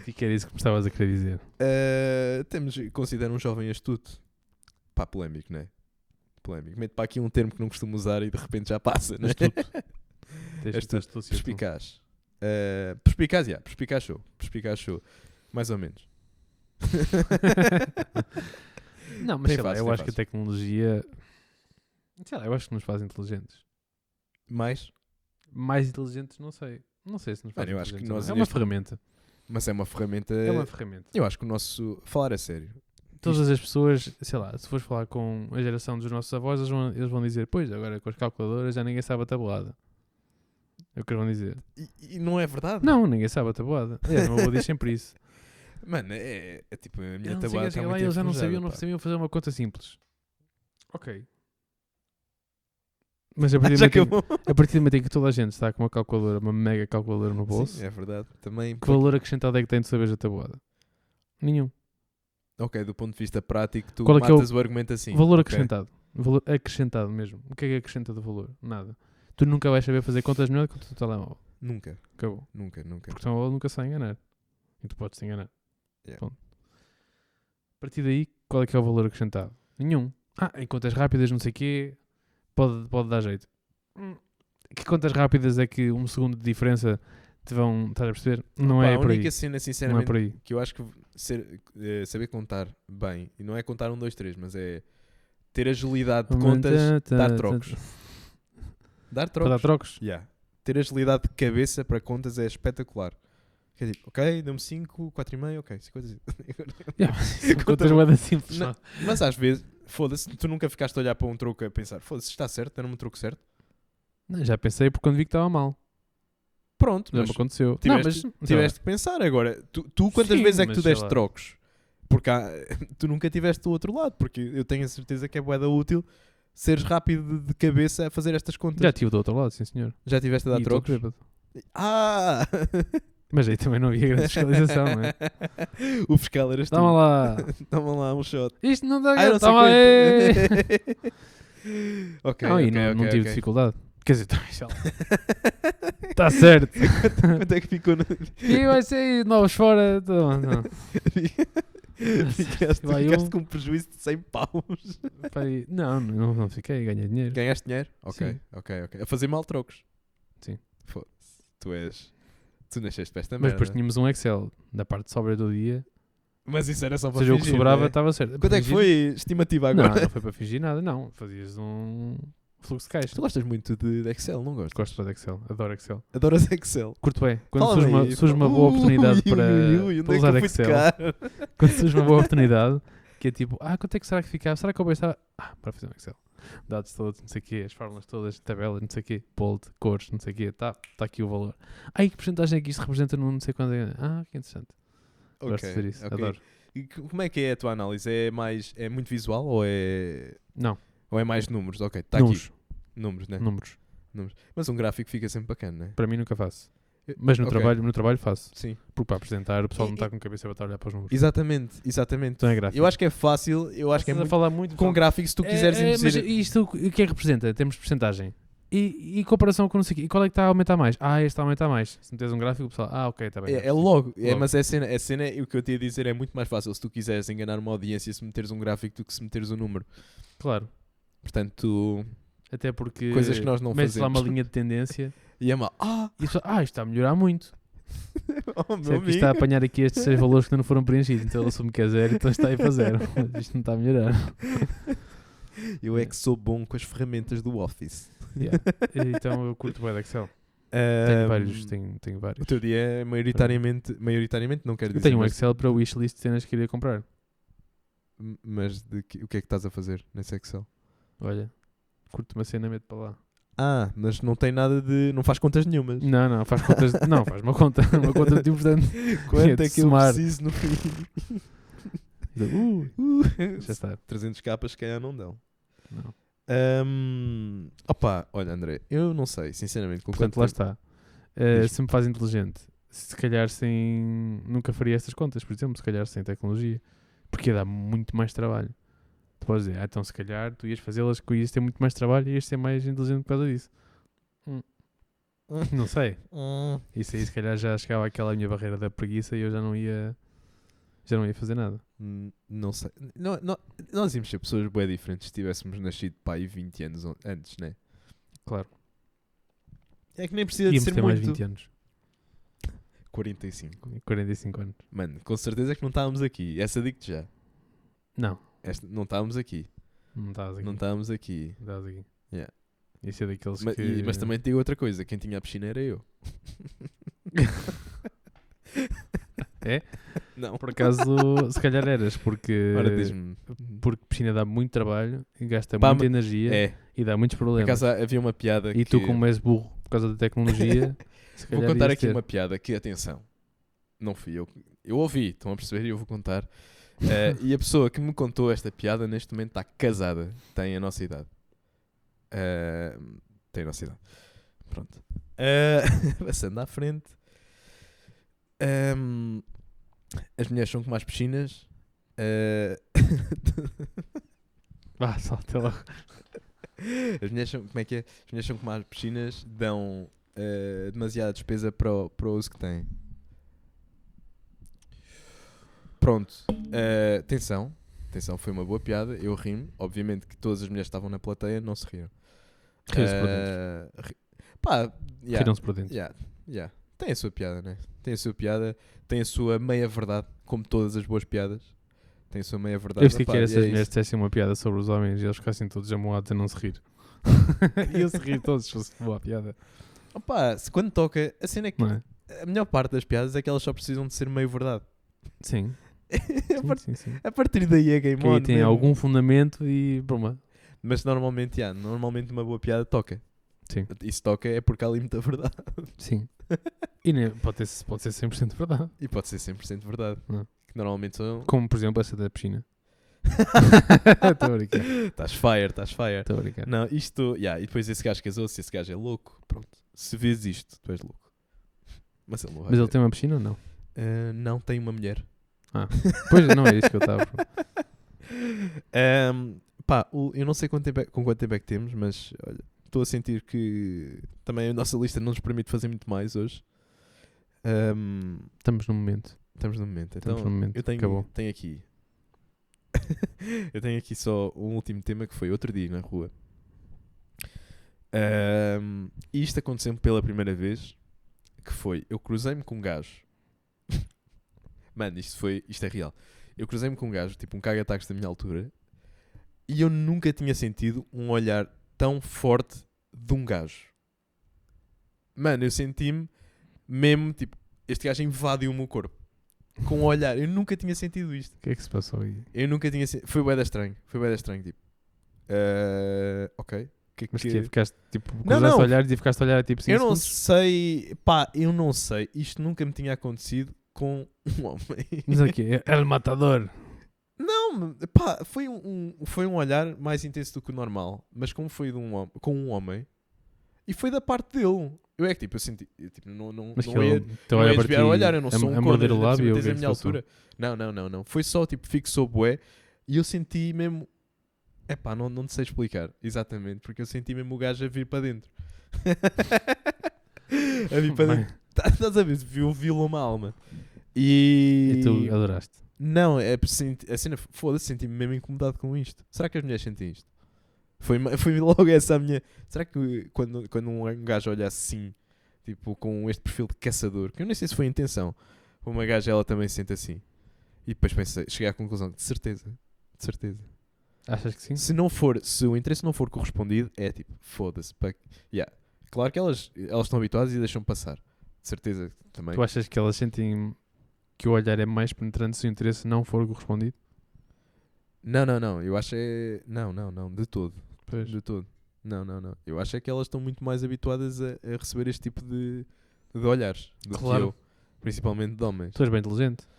Speaker 1: E que era isso que me estavas a querer dizer.
Speaker 2: Eh, temos, considero um jovem astuto. Pá, polémico, não é? Polémico. Meto para aqui um termo que não costumo usar e de repente já passa, não é?
Speaker 1: Astuto. Tens
Speaker 2: És
Speaker 1: muita
Speaker 2: tu.
Speaker 1: astúcia, tu.
Speaker 2: Perspicaz. Eh, perspicaz, já. Perspicaz show. Perspicaz show. Mais ou menos.
Speaker 1: Não, mas
Speaker 2: Tem
Speaker 1: sei lá,
Speaker 2: fases,
Speaker 1: eu
Speaker 2: tem
Speaker 1: acho que a tecnologia. Sei lá, eu acho que nos faz inteligentes.
Speaker 2: Mais?
Speaker 1: Mais inteligentes, não sei. Não sei se nos faz
Speaker 2: Mano, eu acho que
Speaker 1: inteligentes ou
Speaker 2: nós
Speaker 1: não. É uma
Speaker 2: neste-
Speaker 1: ferramenta.
Speaker 2: Mas é uma ferramenta...
Speaker 1: É uma ferramenta.
Speaker 2: Eu acho que o nosso... Falar a sério.
Speaker 1: Todas as pessoas, sei lá, se fores falar com a geração dos nossos avós, eles vão, eles vão dizer: Pois, agora com as calculadoras já ninguém sabe a tabuada. É o que eles vão dizer.
Speaker 2: E, e não é verdade?
Speaker 1: Não, ninguém sabe a tabuada. É, o meu avô diz sempre isso.
Speaker 2: Mano, é, é tipo, a
Speaker 1: Eu
Speaker 2: minha
Speaker 1: não sei,
Speaker 2: tabuada
Speaker 1: cheguei
Speaker 2: está
Speaker 1: lá
Speaker 2: muito
Speaker 1: e eles já não
Speaker 2: enferrujada,
Speaker 1: sabiam, não
Speaker 2: pá.
Speaker 1: sabiam fazer uma conta simples. Ok. Mas a partir, do
Speaker 2: Já
Speaker 1: momento em-
Speaker 2: acabou.
Speaker 1: a partir do momento em que toda a gente está com uma calculadora, uma mega calculadora no bolso,
Speaker 2: Sim, é verdade. Também,
Speaker 1: que valor acrescentado é que tem de saber a tabuada? Nenhum.
Speaker 2: ok, do ponto de vista prático, tu
Speaker 1: Qual é que é o
Speaker 2: matas o argumento assim.
Speaker 1: valor
Speaker 2: ok.
Speaker 1: acrescentado. Valor acrescentado mesmo. O que é que acrescenta de valor? Nada. Tu nunca vais saber fazer contas melhor que o teu telemóvel.
Speaker 2: Nunca,
Speaker 1: Acabou.
Speaker 2: nunca, nunca.
Speaker 1: Porque o telemóvel nunca se vai enganar. E tu podes te enganar.
Speaker 2: Yeah.
Speaker 1: Ponto. A partir daí, qual é que é o valor acrescentado? Nenhum. Ah, em contas rápidas, não sei o quê, pode, pode dar jeito. Hum, Que contas rápidas é que um segundo de diferença te vão. Estás a perceber? Não
Speaker 2: Pá,
Speaker 1: é
Speaker 2: a
Speaker 1: por
Speaker 2: única
Speaker 1: aí.
Speaker 2: cena,
Speaker 1: Não é
Speaker 2: sinceramente,
Speaker 1: por aí.
Speaker 2: que eu acho que ser- eh, saber contar bem, e não é contar um, dois, três, mas é ter agilidade de
Speaker 1: é
Speaker 2: contas, dar trocos. Dar
Speaker 1: Para dar
Speaker 2: trocos.
Speaker 1: trocos?
Speaker 2: Yeah. Ter agilidade de cabeça para contas é espetacular. Que é tipo, ok, deu-me 5, 4,5, ok, 50.
Speaker 1: Yeah, mas isso são
Speaker 2: Contas-
Speaker 1: contas moedas simples.
Speaker 2: Não.
Speaker 1: não.
Speaker 2: Mas às vezes, foda-se, tu nunca ficaste a olhar para um troco a pensar, foda-se, está certo, deram-me um troco certo.
Speaker 1: Não, já pensei porque quando vi que estava mal.
Speaker 2: Pronto,
Speaker 1: Já
Speaker 2: mas
Speaker 1: me aconteceu.
Speaker 2: tiveste-
Speaker 1: não, mas, sei lá.
Speaker 2: tiveste de pensar agora. Tu, tu quantas
Speaker 1: Sim,
Speaker 2: vezes é que
Speaker 1: mas
Speaker 2: tu
Speaker 1: sei
Speaker 2: deste
Speaker 1: lá.
Speaker 2: trocos? Porque há- tu nunca tiveste do outro lado, porque eu tenho a certeza que é boeda útil seres rápido de cabeça a fazer estas contas.
Speaker 1: Já tive do outro lado, sim senhor.
Speaker 2: Já tiveste a dar
Speaker 1: E todo
Speaker 2: trocos?
Speaker 1: bêbado.
Speaker 2: Ah!
Speaker 1: Mas aí também não havia grande fiscalização, não é?
Speaker 2: o fiscal eras tu.
Speaker 1: Toma lá!
Speaker 2: Toma lá um shot.
Speaker 1: Isto não dá
Speaker 2: Ah,
Speaker 1: grande.
Speaker 2: não sei
Speaker 1: Toma aí!
Speaker 2: quanto. ok,
Speaker 1: Não, e
Speaker 2: ok,
Speaker 1: não, não
Speaker 2: ok,
Speaker 1: tive
Speaker 2: ok.
Speaker 1: dificuldade. Quer dizer, também já.
Speaker 2: Tá
Speaker 1: Está certo.
Speaker 2: Quanto é que ficou no...
Speaker 1: E vai ser novos fora. Não, não.
Speaker 2: ficaste,
Speaker 1: Vai um.
Speaker 2: ficaste com um prejuízo de 100 paus.
Speaker 1: Pai, não, não, não fiquei, ganhei dinheiro.
Speaker 2: Ganhaste dinheiro? Ok,
Speaker 1: Sim.
Speaker 2: ok, ok. A fazer mal trocos?
Speaker 1: Sim.
Speaker 2: Foda-se. Tu és... Tu nasceste para esta
Speaker 1: Mas depois
Speaker 2: merda.
Speaker 1: tínhamos um Excel da parte de sobra do dia.
Speaker 2: Mas isso era só
Speaker 1: Ou
Speaker 2: para
Speaker 1: seja, o que
Speaker 2: fingir,
Speaker 1: sobrava
Speaker 2: né?
Speaker 1: estava certo.
Speaker 2: Quanto é que
Speaker 1: Fingir-
Speaker 2: foi estimativa
Speaker 1: Não,
Speaker 2: agora?
Speaker 1: não foi para fingir nada, não. Fazias um fluxo de
Speaker 2: Tu
Speaker 1: caixa.
Speaker 2: gostas muito de de Excel, não gostas?
Speaker 1: Gosto de Excel, adoro Excel.
Speaker 2: Adoras Excel.
Speaker 1: Curto bem. Quando
Speaker 2: Fala-me
Speaker 1: surge uma,
Speaker 2: aí.
Speaker 1: surge uma boa
Speaker 2: Ui,
Speaker 1: oportunidade
Speaker 2: ui,
Speaker 1: para,
Speaker 2: ui, ui, onde
Speaker 1: para
Speaker 2: é que
Speaker 1: usar
Speaker 2: eu fui
Speaker 1: Excel,
Speaker 2: tocar?
Speaker 1: quando surge uma boa oportunidade, que é tipo, ah, quanto é que será que ficava? Será que eu pensava? Ah, para fazer um Excel. Dados todos, não sei o quê, as fórmulas todas, tabelas, não sei o quê, bold, cores, não sei o quê, tá, tá aqui o valor. Ai, que porcentagem é que isto representa num não sei quanto é? Ah, que interessante.
Speaker 2: Ok,
Speaker 1: Gosto de ver isso,
Speaker 2: ok.
Speaker 1: adoro.
Speaker 2: E c- como é que é a tua análise? É mais é muito visual ou é
Speaker 1: Não,
Speaker 2: ou é mais números? Ok, está aqui.
Speaker 1: números,
Speaker 2: Números, né?
Speaker 1: números.
Speaker 2: Mas um gráfico fica sempre bacana, né?
Speaker 1: Para mim nunca faço.
Speaker 2: Eu-
Speaker 1: Mas no,
Speaker 2: ok.
Speaker 1: trabalho, no trabalho faço.
Speaker 2: Sim.
Speaker 1: Porque para apresentar, o pessoal
Speaker 2: E-
Speaker 1: não está com a cabeça para olhar para os números.
Speaker 2: Exatamente, exatamente.
Speaker 1: Então é gráfico.
Speaker 2: Eu acho que é fácil, eu acho que é
Speaker 1: Estás a
Speaker 2: muito
Speaker 1: falar muito
Speaker 2: com gráficos se tu quiseres
Speaker 1: é, é, mas
Speaker 2: induzir.
Speaker 1: isto o que é que representa? Temos porcentagem. E, e comparação com não sei o quê? E qual é que está a aumentar mais? Ah, este está a aumentar mais. Se meteres um gráfico, o pessoal, ah, ok, está bem. já
Speaker 2: É, é
Speaker 1: percebi.
Speaker 2: logo, É,
Speaker 1: Logo.
Speaker 2: mas é cena, é cena, e o que eu te ia dizer é muito mais fácil se tu quiseres enganar uma audiência se meteres um gráfico do que se meteres um número.
Speaker 1: Claro.
Speaker 2: Portanto, tu-
Speaker 1: Até porque.
Speaker 2: coisas que nós não
Speaker 1: metes lá
Speaker 2: fazemos.
Speaker 1: uma linha de tendência
Speaker 2: E é mal. Ah,
Speaker 1: e a pessoa, ah, isto está a melhorar muito.
Speaker 2: oh, meu
Speaker 1: Certo é que
Speaker 2: amigo.
Speaker 1: isto está a apanhar aqui estes seis valores que ainda não foram preenchidos. Então ele assume que é zero, então está aí para zero. Mas isto não está a melhorar.
Speaker 2: Eu é que sou bom com as ferramentas do Office.
Speaker 1: Yeah. Então eu curto bem da Excel. Tenho
Speaker 2: Ahm,
Speaker 1: vários, tenho, tenho vários.
Speaker 2: Ehm, O teu dia é maioritariamente, maioritariamente não quero
Speaker 1: Eu
Speaker 2: dizer,
Speaker 1: tenho um
Speaker 2: mas,
Speaker 1: Excel para wishlist de cenas que queria comprar.
Speaker 2: mas de que- o que é que estás a fazer nesse Excel?
Speaker 1: Olha, curto uma cena, meto para lá.
Speaker 2: Ah, mas não tem nada de, não faz contas nenhumas.
Speaker 1: Não, não, faz contas. não, faz uma conta. Uma conta muito importante.
Speaker 2: Quanto
Speaker 1: de
Speaker 2: é que eu
Speaker 1: somar.
Speaker 2: preciso no fim?
Speaker 1: Uh,
Speaker 2: Uh,
Speaker 1: já está.
Speaker 2: 300 capas se calhar não dão.
Speaker 1: Não.
Speaker 2: Ahm, opa, olha André, eu não sei, sinceramente, com
Speaker 1: Portanto,
Speaker 2: quanto
Speaker 1: lá
Speaker 2: tempo-
Speaker 1: está. Uh,
Speaker 2: Diz-me.
Speaker 1: se me faz inteligente, se calhar sem. Nunca faria estas contas, por exemplo, se calhar sem tecnologia. Porque ia dar muito mais trabalho. Tu podes dizer, ah, então se calhar tu ias fazê-las, que ias ter muito mais trabalho e ias ser mais inteligente por causa disso. Hum. Não sei.
Speaker 2: Hum,
Speaker 1: Isso aí, se calhar, já chegava àquela minha barreira da preguiça e eu já não ia. Já não ia fazer nada.
Speaker 2: hum, não sei. Não- não- nós íamos ser pessoas bem diferentes se tivéssemos nascido pai 20 anos on- antes, né?
Speaker 1: Claro.
Speaker 2: É que nem precisa
Speaker 1: Íamos
Speaker 2: de ser
Speaker 1: ter
Speaker 2: muito.
Speaker 1: mais 20 anos.
Speaker 2: 45.
Speaker 1: 45 anos.
Speaker 2: Mano, com certeza que não estávamos aqui. Essa digo-te já.
Speaker 1: Não,
Speaker 2: Esta, não estávamos aqui.
Speaker 1: não estás aqui.
Speaker 2: Não estávamos aqui.
Speaker 1: Dás aqui.
Speaker 2: Yeah.
Speaker 1: Isso é daqueles
Speaker 2: Ma-
Speaker 1: que...
Speaker 2: e- mas também te digo outra coisa: quem tinha a piscina era eu.
Speaker 1: É?
Speaker 2: Não.
Speaker 1: Por acaso, se calhar eras, porque,
Speaker 2: Ora, diz-me.
Speaker 1: porque piscina dá muito trabalho, e gasta
Speaker 2: Pá,
Speaker 1: muita
Speaker 2: mas-
Speaker 1: energia
Speaker 2: É,
Speaker 1: e dá muitos
Speaker 2: por
Speaker 1: problemas.
Speaker 2: acaso havia uma piada
Speaker 1: eh, E
Speaker 2: que.
Speaker 1: tu, como és burro por causa da tecnologia, se
Speaker 2: Vou
Speaker 1: calhar
Speaker 2: contar
Speaker 1: ias
Speaker 2: aqui
Speaker 1: ter.
Speaker 2: uma piada que, atenção, não fui eu. que- Eu ouvi, estão a perceber e eu vou contar. Eh, e a pessoa que me contou esta piada neste momento está casada, tem a nossa idade. Eh, tem a nossa idade. Pronto. Eh, passando à frente. Ehm, as mulheres são como as piscinas. Eh,
Speaker 1: Vá, salta logo.
Speaker 2: as mulheres são, como é que é? As mulheres são como as piscinas, dão eh, demasiada despesa para o, para o uso que têm. Pronto, Eh, atenção, atenção, foi uma boa piada, eu rimo, obviamente que todas as mulheres que estavam na plateia não se riram.
Speaker 1: Riram-se por
Speaker 2: Eh, ri- Pá, yeah,
Speaker 1: Tiram-se por dentro.
Speaker 2: yeah, yeah. tem a sua piada, né? Tem a sua piada, tem a sua meia-verdade, como todas as boas piadas. Tem a sua meia-verdade.
Speaker 1: Eu sei que
Speaker 2: Epá,
Speaker 1: era
Speaker 2: e
Speaker 1: se
Speaker 2: é
Speaker 1: as
Speaker 2: isso.
Speaker 1: mulheres dissessem uma piada sobre os homens e eles ficassem todos amoados a não se rir. Iam se rir todos se fosse boa a piada.
Speaker 2: Opa, se quando toca, a cena é que
Speaker 1: Não é?
Speaker 2: A melhor parte das piadas é que elas só precisam de ser meio verdade.
Speaker 1: Sim,
Speaker 2: a,
Speaker 1: sim,
Speaker 2: part-
Speaker 1: sim. sim.
Speaker 2: a partir daí é game
Speaker 1: Que aí
Speaker 2: on.
Speaker 1: tem
Speaker 2: mesmo.
Speaker 1: algum fundamento e... Bruma.
Speaker 2: Mas normalmente, há, normalmente uma boa piada toca.
Speaker 1: Sim.
Speaker 2: E se toca é porque há ali muita verdade.
Speaker 1: Sim. E nem- pode, ter, pode ser 100% verdade.
Speaker 2: E pode ser 100% verdade.
Speaker 1: Não.
Speaker 2: Que que normalmente são.
Speaker 1: Como, por exemplo, essa da piscina. Estou a brincar.
Speaker 2: Estás fire, estás fire.
Speaker 1: Estou a brincar.
Speaker 2: Não, isto. Yeah, e depois esse gajo casou-se, esse gajo é louco. Pronto. Se vês isto, tu és louco. Mas ele não vai.
Speaker 1: Mas ele
Speaker 2: ver.
Speaker 1: tem uma piscina ou não?
Speaker 2: Ah, não tem uma mulher.
Speaker 1: Ah, pois não é isso que eu estava.
Speaker 2: Ahm, Ehm, pá, o- eu não sei quanto tempo é- com quanto tempo é que temos, mas olha, estou a sentir que também a nossa lista não nos permite fazer muito mais hoje. Ahm,
Speaker 1: Estamos no momento.
Speaker 2: estamos no momento, então.
Speaker 1: Estamos no momento.
Speaker 2: Eu tenho,
Speaker 1: Acabou.
Speaker 2: tenho aqui. eu tenho aqui só um último tema que foi outro dia na rua. Ahm, e isto aconteceu-me pela primeira vez. Que foi, eu cruzei-me com um gajo. Mano, isto foi, isto é real. Eu cruzei-me com um gajo, tipo um caga-ataques da minha altura. E eu nunca tinha sentido um olhar tão forte de um gajo. Mano, eu senti-me mesmo, tipo, este gajo invadiu o meu corpo com o olhar. Eu nunca tinha sentido isto.
Speaker 1: O que é que se passou aí?
Speaker 2: Eu nunca tinha sentido. Foi boeda estranho. Foi boeda estranho, tipo. eh, ok. Que é
Speaker 1: Mas
Speaker 2: que-
Speaker 1: que... ficaste tipo,
Speaker 2: Não,
Speaker 1: cruzaste
Speaker 2: não.
Speaker 1: olhares e ficaste a olhar tipo 5
Speaker 2: eu não
Speaker 1: segundos?
Speaker 2: sei. Pá, eu não sei. Isto nunca me tinha acontecido com um homem.
Speaker 1: Mas aqui, é El Matador.
Speaker 2: não, pá, foi um, um- foi um olhar mais intenso do que o normal. Mas como foi de um, hom- com um homem. E foi da parte dele. Eu é que tipo, eu senti. eu, tipo, não, não,
Speaker 1: Mas
Speaker 2: não
Speaker 1: que
Speaker 2: ia-
Speaker 1: ele então
Speaker 2: Não
Speaker 1: olha
Speaker 2: é
Speaker 1: para
Speaker 2: desviar
Speaker 1: ti
Speaker 2: o olhar, eu não
Speaker 1: a,
Speaker 2: sou um
Speaker 1: a morder
Speaker 2: corno,
Speaker 1: o
Speaker 2: ainda por cima
Speaker 1: lábio. ou o
Speaker 2: tens
Speaker 1: que
Speaker 2: a
Speaker 1: é que
Speaker 2: minha
Speaker 1: se passou?
Speaker 2: altura. Não, não, não, não. Foi só tipo fixou bué e eu senti mesmo. Epá, não, não te sei explicar exatamente, porque eu senti mesmo o gajo a vir para dentro. a vir para dentro. Tá, Estás a ver? Viu, viu uma alma. E.
Speaker 1: E tu adoraste.
Speaker 2: Não, é por senti- a cena, foda-se, senti-me mesmo incomodado com isto. Será que as mulheres sentem isto? Foi, ma- foi logo essa a minha. Será que quando, quando um gajo olha assim, tipo com este perfil de caçador, que eu nem sei se foi a intenção, uma gaja ela também se sente assim. E depois pensei, cheguei à conclusão, de certeza, de certeza.
Speaker 1: Achas que sim?
Speaker 2: Se não for, se o interesse não for correspondido, é tipo, foda-se. pa- Yeah. Claro que elas, elas estão habituadas e deixam passar. De certeza também.
Speaker 1: Tu achas que elas sentem que o olhar é mais penetrante se o interesse não for correspondido?
Speaker 2: Não, não, não. Eu acho é. Não, não, não. De todo.
Speaker 1: Pois.
Speaker 2: De todo. Não, não, não. Eu acho é que elas estão muito mais habituadas a, a receber este tipo de, de olhares do
Speaker 1: Claro.
Speaker 2: que eu, principalmente de homens.
Speaker 1: Tu és bem inteligente.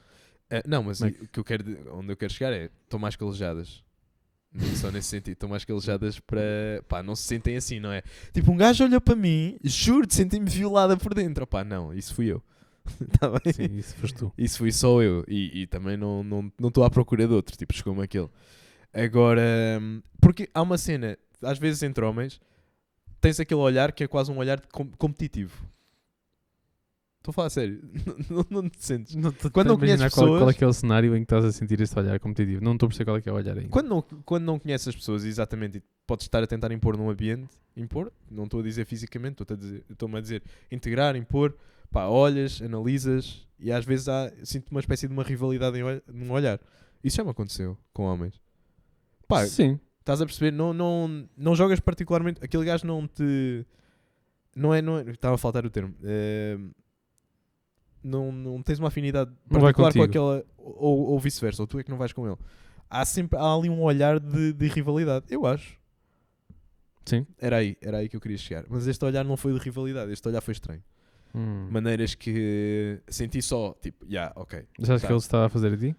Speaker 2: Ah, não, mas
Speaker 1: Como é que-
Speaker 2: o que eu quero, de- onde eu quero chegar é, estão mais calejadas. Só nesse sentido, estão mais calejadas para. Pá, não se sentem assim, não é? Tipo, um gajo olhou para mim, juro-te, senti-me violada por dentro. Opá, não, isso fui eu. tá bem?
Speaker 1: Sim, isso foste tu.
Speaker 2: Isso fui só eu. E, e também não estou não, não estou à procura de outro. Tipo, chegou-me aquele. Agora, hum, porque há uma cena, às vezes entre homens, tens aquele olhar que é quase um olhar de com- competitivo. Estou a falar a sério. Não, não, não te sentes. Quando não
Speaker 1: Imagina
Speaker 2: conheces
Speaker 1: qual, qual é
Speaker 2: pessoas-
Speaker 1: que é o cenário em que estás a sentir este olhar competitivo? Não estou a perceber qual é que é o olhar ainda.
Speaker 2: Quando não, quando não conheces as pessoas, exatamente, e podes estar a tentar impor num ambiente, impor, não estou a dizer fisicamente, estou-te a dizer- estou-me a, dizer integrar, impor, pá, olhas, analisas, e às vezes há, sinto uma espécie de uma rivalidade em olh- num olhar. Isso já me aconteceu com homens. Pá,
Speaker 1: Sim.
Speaker 2: estás a perceber, não, não, não jogas particularmente, aquele gajo não te... Não é, não é, estava a faltar o termo. ehm, não, não tens uma afinidade
Speaker 1: Não vai
Speaker 2: particular com
Speaker 1: contigo.
Speaker 2: aquela, ou, ou vice-versa, ou tu é que não vais com ele. Há sempre há ali um olhar de, de rivalidade, eu acho.
Speaker 1: Sim.
Speaker 2: Era aí, era aí que eu queria chegar. Mas este olhar não foi de rivalidade, este olhar foi estranho.
Speaker 1: Hum.
Speaker 2: Maneiras que senti só, tipo, já, ok.
Speaker 1: Mas achas
Speaker 2: tá.
Speaker 1: que ele se estava a fazer a ti?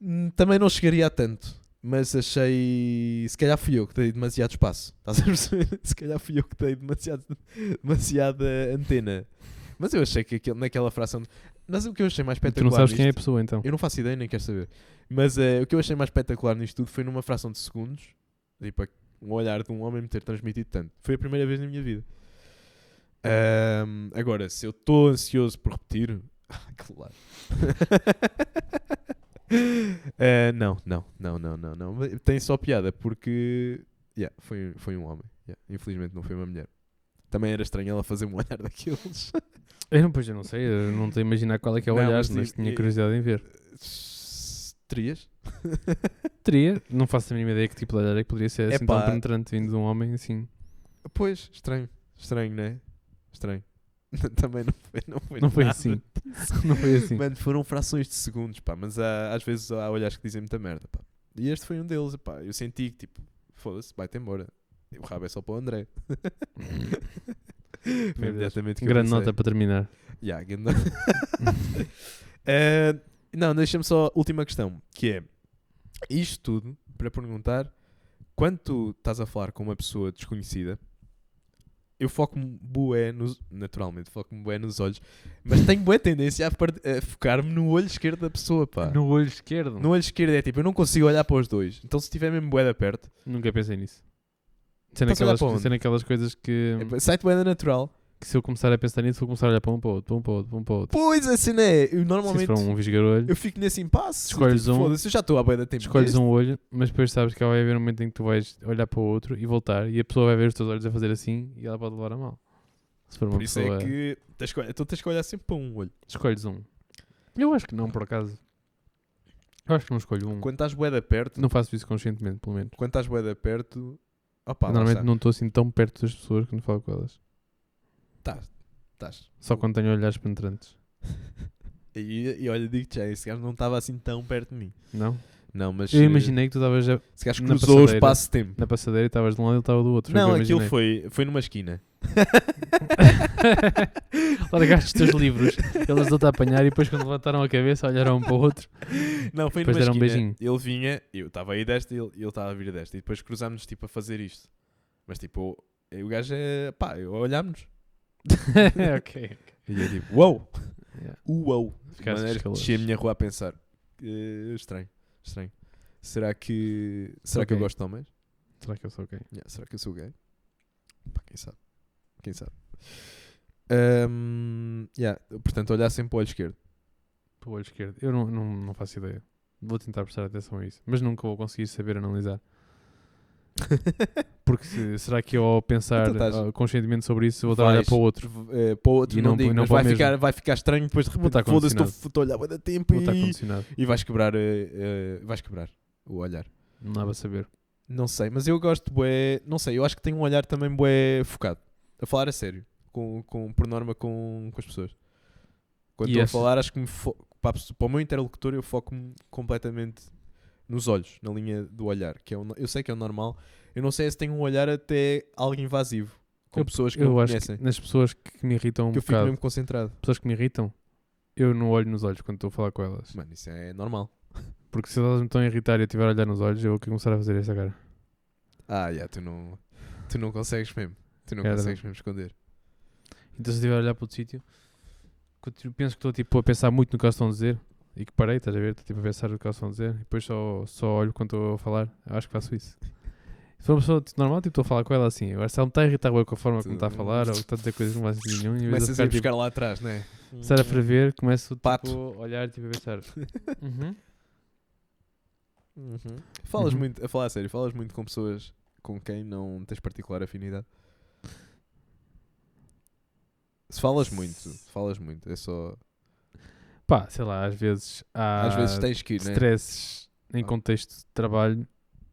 Speaker 2: Hum, Também não chegaria a tanto, mas achei. Se calhar fui eu que dei demasiado espaço. Estás a perceber? Se calhar fui eu que dei demasiado, demasiada antena. Mas eu achei que aquele- naquela fração. Mas o que eu achei mais
Speaker 1: E Tu
Speaker 2: espetacular.
Speaker 1: não sabes quem é a
Speaker 2: nisto-
Speaker 1: pessoa então.
Speaker 2: Eu não faço ideia, nem quero saber. Mas eh, o que eu achei mais espetacular nisto tudo foi numa fração de segundos. Tipo, um olhar de um homem me ter transmitido tanto. Foi a primeira vez na minha vida. Ahm, agora, se eu estou ansioso por repetir, ah, claro. Eh, não, não, não, não, não, não. Mas Tem só piada porque yeah, foi, foi um homem. yeah. Infelizmente não foi uma mulher. Também era estranho ela fazer um olhar daqueles.
Speaker 1: Eu não, pois eu não sei, eu não estou a imaginar qual é que é o
Speaker 2: Não,
Speaker 1: olhar,
Speaker 2: mas
Speaker 1: mas,
Speaker 2: digo-
Speaker 1: tinha
Speaker 2: e-
Speaker 1: curiosidade em ver.
Speaker 2: Terias?
Speaker 1: Teria, não faço a mínima ideia que tipo de olhar é que poderia ser assim tão
Speaker 2: Epá.
Speaker 1: penetrante vindo de um homem assim.
Speaker 2: Pois, estranho. Estranho, não é? Estranho. Também não foi, não foi,
Speaker 1: Não foi
Speaker 2: nada.
Speaker 1: assim. Não foi assim.
Speaker 2: Mano, foram frações de segundos, pá. Mas há- às vezes há olhares que dizem muita merda, pá. E este foi um deles, pá. Eu senti que, tipo, foda-se, vai-te embora. O rabo é só para o André. foi
Speaker 1: Meu Deus.
Speaker 2: imediatamente que eu
Speaker 1: Um Grande
Speaker 2: pensei.
Speaker 1: nota para terminar.
Speaker 2: Yeah, grande nota. Eh, Não, deixa-me só a última questão, que é isto tudo para perguntar quando tu estás a falar com uma pessoa desconhecida, eu foco-me bué nos. Naturalmente, foco-me bué nos olhos, mas tenho bué tendência a, part- a focar-me no olho esquerdo da pessoa, pá.
Speaker 1: No olho esquerdo.
Speaker 2: No olho esquerdo é tipo, eu não consigo olhar para os dois. Então se tiver mesmo bué de perto,
Speaker 1: Nunca pensei nisso. é Sendo
Speaker 2: Estás a olhar
Speaker 1: aquelas,
Speaker 2: para onde?
Speaker 1: sendo aquelas coisas que,
Speaker 2: é- sai-te bué da natural.
Speaker 1: que se eu começar a pensar nisso, vou começar a olhar para um para o outro, para um para o outro, para um para o outro.
Speaker 2: Pois, assim, né? Eu
Speaker 1: Se isso
Speaker 2: normalmente,
Speaker 1: for um visgarolho,
Speaker 2: eu fico nesse impasse.
Speaker 1: Escolhes
Speaker 2: tipo,
Speaker 1: um.
Speaker 2: Foda-se, eu já estou à bué da tempo.
Speaker 1: escolhes um olho, mas depois sabes que vai haver um momento em que tu vais olhar para o outro e voltar, e a pessoa vai ver os teus olhos a fazer assim e ela pode levar a mal. Se for uma
Speaker 2: Por isso
Speaker 1: pessoa,
Speaker 2: é que... tens que olhar- Então tens que olhar sempre para um olho.
Speaker 1: escolhes um. Eu acho que não, por acaso. Eu acho que não escolho um.
Speaker 2: Quando estás bué da perto,
Speaker 1: Não faço isso conscientemente, pelo menos.
Speaker 2: quando estás bué da perto, opá, lá
Speaker 1: Normalmente
Speaker 2: está.
Speaker 1: não estou assim tão perto das pessoas quando falo com elas.
Speaker 2: Estás, estás.
Speaker 1: Só quando tenho olhares penetrantes.
Speaker 2: E, e olha, digo-te já, esse gajo não estava assim tão perto de mim.
Speaker 1: Não?
Speaker 2: Não, mas
Speaker 1: Eu
Speaker 2: eh,
Speaker 1: imaginei que tu estavas a-
Speaker 2: esse gajo
Speaker 1: na
Speaker 2: cruzou o
Speaker 1: passadeira.
Speaker 2: espaço-tempo.
Speaker 1: na passadeira e estavas de um lado e ele estava do outro. Foi o
Speaker 2: Não,
Speaker 1: que eu
Speaker 2: aquilo
Speaker 1: imaginei.
Speaker 2: foi, foi numa esquina.
Speaker 1: Largaste os teus livros, eles dão-te a apanhar e depois quando levantaram a cabeça olharam um para o outro.
Speaker 2: Não, foi
Speaker 1: Depois
Speaker 2: numa
Speaker 1: deram um
Speaker 2: esquina. Ele vinha, eu estava aí desta e ele ele estava a vir desta. E depois cruzámos tipo a fazer isto. Mas tipo, o, o gajo é. pá, eu- olhámos.
Speaker 1: ok.
Speaker 2: E eu tipo, uou!
Speaker 1: Yeah.
Speaker 2: Uou! De
Speaker 1: Ficaste
Speaker 2: maneira que
Speaker 1: escalado.
Speaker 2: desci a minha rua a pensar. eh, estranho, estranho. Será que. Será que eu
Speaker 1: Ok.
Speaker 2: gosto de homens?
Speaker 1: Será que eu sou gay?
Speaker 2: Yeah, será que eu sou gay? Pá, quem sabe? Quem sabe? Ahm, yeah, portanto, olhar sempre para o olho esquerdo.
Speaker 1: Para o olho esquerdo. Eu não, não, não faço ideia. Vou tentar prestar atenção a isso, mas nunca vou conseguir saber analisar. Porque se- será que eu ao pensar
Speaker 2: Então estás-
Speaker 1: ah, conscientemente sobre isso vou estar a olhar
Speaker 2: Vais-
Speaker 1: para o outro?
Speaker 2: eh, para o outro
Speaker 1: E
Speaker 2: não,
Speaker 1: não-
Speaker 2: digo,
Speaker 1: e não
Speaker 2: mas
Speaker 1: para o
Speaker 2: vai
Speaker 1: mesmo.
Speaker 2: ficar, vai ficar estranho depois de
Speaker 1: Vou estar
Speaker 2: repente. Foda-se, estou-
Speaker 1: condicionado.
Speaker 2: estou a olhar bué da tempo
Speaker 1: Vou estar
Speaker 2: e,
Speaker 1: condicionado.
Speaker 2: e vais quebrar. eh, eh, vais quebrar o olhar.
Speaker 1: Não dá para saber.
Speaker 2: Não sei, mas eu gosto bué. Não sei, eu acho que tenho um olhar também bué focado. A falar a sério. Com, com, por norma com, com as pessoas. Quando
Speaker 1: E
Speaker 2: estou a
Speaker 1: essa-
Speaker 2: falar, acho que me fo- para, a pessoa- para o meu interlocutor eu foco-me completamente nos olhos, na linha do olhar. Que é o no- eu sei que é o normal. Eu não sei se tenho um olhar até algo invasivo. Com pessoas que
Speaker 1: eu
Speaker 2: não
Speaker 1: acho
Speaker 2: conhecem.
Speaker 1: que nas pessoas que me irritam um
Speaker 2: que eu fico
Speaker 1: bocado,
Speaker 2: mesmo concentrado.
Speaker 1: pessoas que me irritam, eu não olho nos olhos quando estou a falar com elas.
Speaker 2: Mano, isso é normal.
Speaker 1: Porque se elas me estão a irritar e eu estiver a olhar nos olhos, eu vou começar a fazer esta cara.
Speaker 2: Ah, yeah, tu não, tu não consegues mesmo. Tu não
Speaker 1: Era-
Speaker 2: consegues mesmo esconder.
Speaker 1: Então se eu estiver a olhar para outro sítio, continuo- penso que estou tipo, a pensar muito no que elas estão a dizer e que parei, estás a ver? Estou tipo, a pensar no que elas estão a dizer e depois só, só olho quando estou a falar. Eu acho que faço isso. Se for uma pessoa tipo, normal, tipo, estou a falar com ela assim. Agora se ela me está a irritar bué com a forma como está a falar ou está a dizer coisas que não fazem sentido nenhum, em vez de eu
Speaker 2: Começas a
Speaker 1: ficar,
Speaker 2: ir
Speaker 1: tipo,
Speaker 2: buscar lá atrás, não é?
Speaker 1: começar a prever, começo tipo,
Speaker 2: Pato.
Speaker 1: a olhar tipo, a pensar. Uhum.
Speaker 2: Falas
Speaker 1: Uhum.
Speaker 2: muito, a falar a sério, falas muito com pessoas com quem não tens particular afinidade. Se falas muito, falas muito, é só.
Speaker 1: Pá, sei lá, às vezes há
Speaker 2: Às vezes tens que ir, né?
Speaker 1: stresses em
Speaker 2: Ah.
Speaker 1: contexto de trabalho,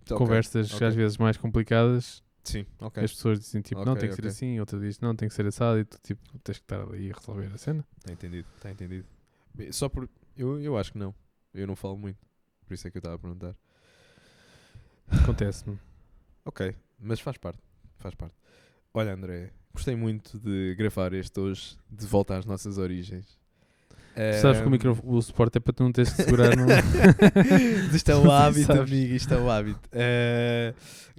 Speaker 2: Ok,
Speaker 1: conversas
Speaker 2: ok.
Speaker 1: às vezes mais complicadas
Speaker 2: Sim, ok.
Speaker 1: As pessoas dizem tipo, não,
Speaker 2: Ok,
Speaker 1: tem que
Speaker 2: ok.
Speaker 1: ser assim, outra diz, não, tem que ser assado, e tu tipo, tens que estar ali a resolver a cena.
Speaker 2: Está entendido, está entendido. Bem, Só por. Eu, eu acho que não. Eu não falo muito. Por isso é que eu estava a perguntar.
Speaker 1: Acontece-me.
Speaker 2: Ok, mas faz parte. Faz parte. Olha, André, gostei muito de gravar este hoje, de volta às nossas origens.
Speaker 1: Tu sabes que o,
Speaker 2: Ahm,
Speaker 1: micro, o suporte é para tu não teres de segurar no...
Speaker 2: isto é o hábito,
Speaker 1: um- Sabes?
Speaker 2: amigo, isto é o hábito. Eh,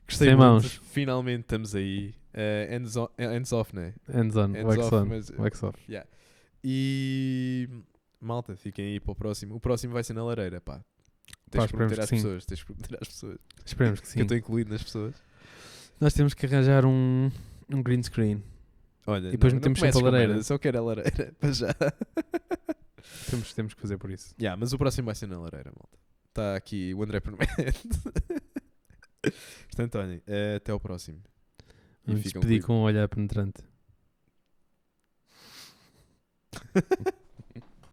Speaker 2: gostei
Speaker 1: Sem
Speaker 2: muito.
Speaker 1: mãos.
Speaker 2: Finalmente estamos aí. Eh, hands, on, eh, hands off, né?
Speaker 1: hands on,
Speaker 2: Hands
Speaker 1: wax
Speaker 2: off,
Speaker 1: on,
Speaker 2: mas- eh,
Speaker 1: wax off.
Speaker 2: E malta, fiquem aí para o próximo. O próximo vai ser na lareira, pá. Tens
Speaker 1: Pá,
Speaker 2: que
Speaker 1: esperemos
Speaker 2: prometer
Speaker 1: que
Speaker 2: às
Speaker 1: sim.
Speaker 2: pessoas, tens que prometer às pessoas.
Speaker 1: Esperemos que
Speaker 2: Que eu
Speaker 1: sim.
Speaker 2: estou incluído nas pessoas.
Speaker 1: Nós temos que arranjar um, um green screen.
Speaker 2: Olha,
Speaker 1: E depois
Speaker 2: não- não
Speaker 1: metemos sempre
Speaker 2: comeces
Speaker 1: a
Speaker 2: com
Speaker 1: lareira.
Speaker 2: merda, Só quero a lareira, para já.
Speaker 1: Temos, temos que fazer por isso.
Speaker 2: Yeah, mas o próximo vai ser na lareira, malta. Está aqui o André promete. Portanto, olhem, eh, até ao próximo. E um
Speaker 1: Vamos um
Speaker 2: ficam
Speaker 1: despedir
Speaker 2: comigo.
Speaker 1: com um olhar penetrante.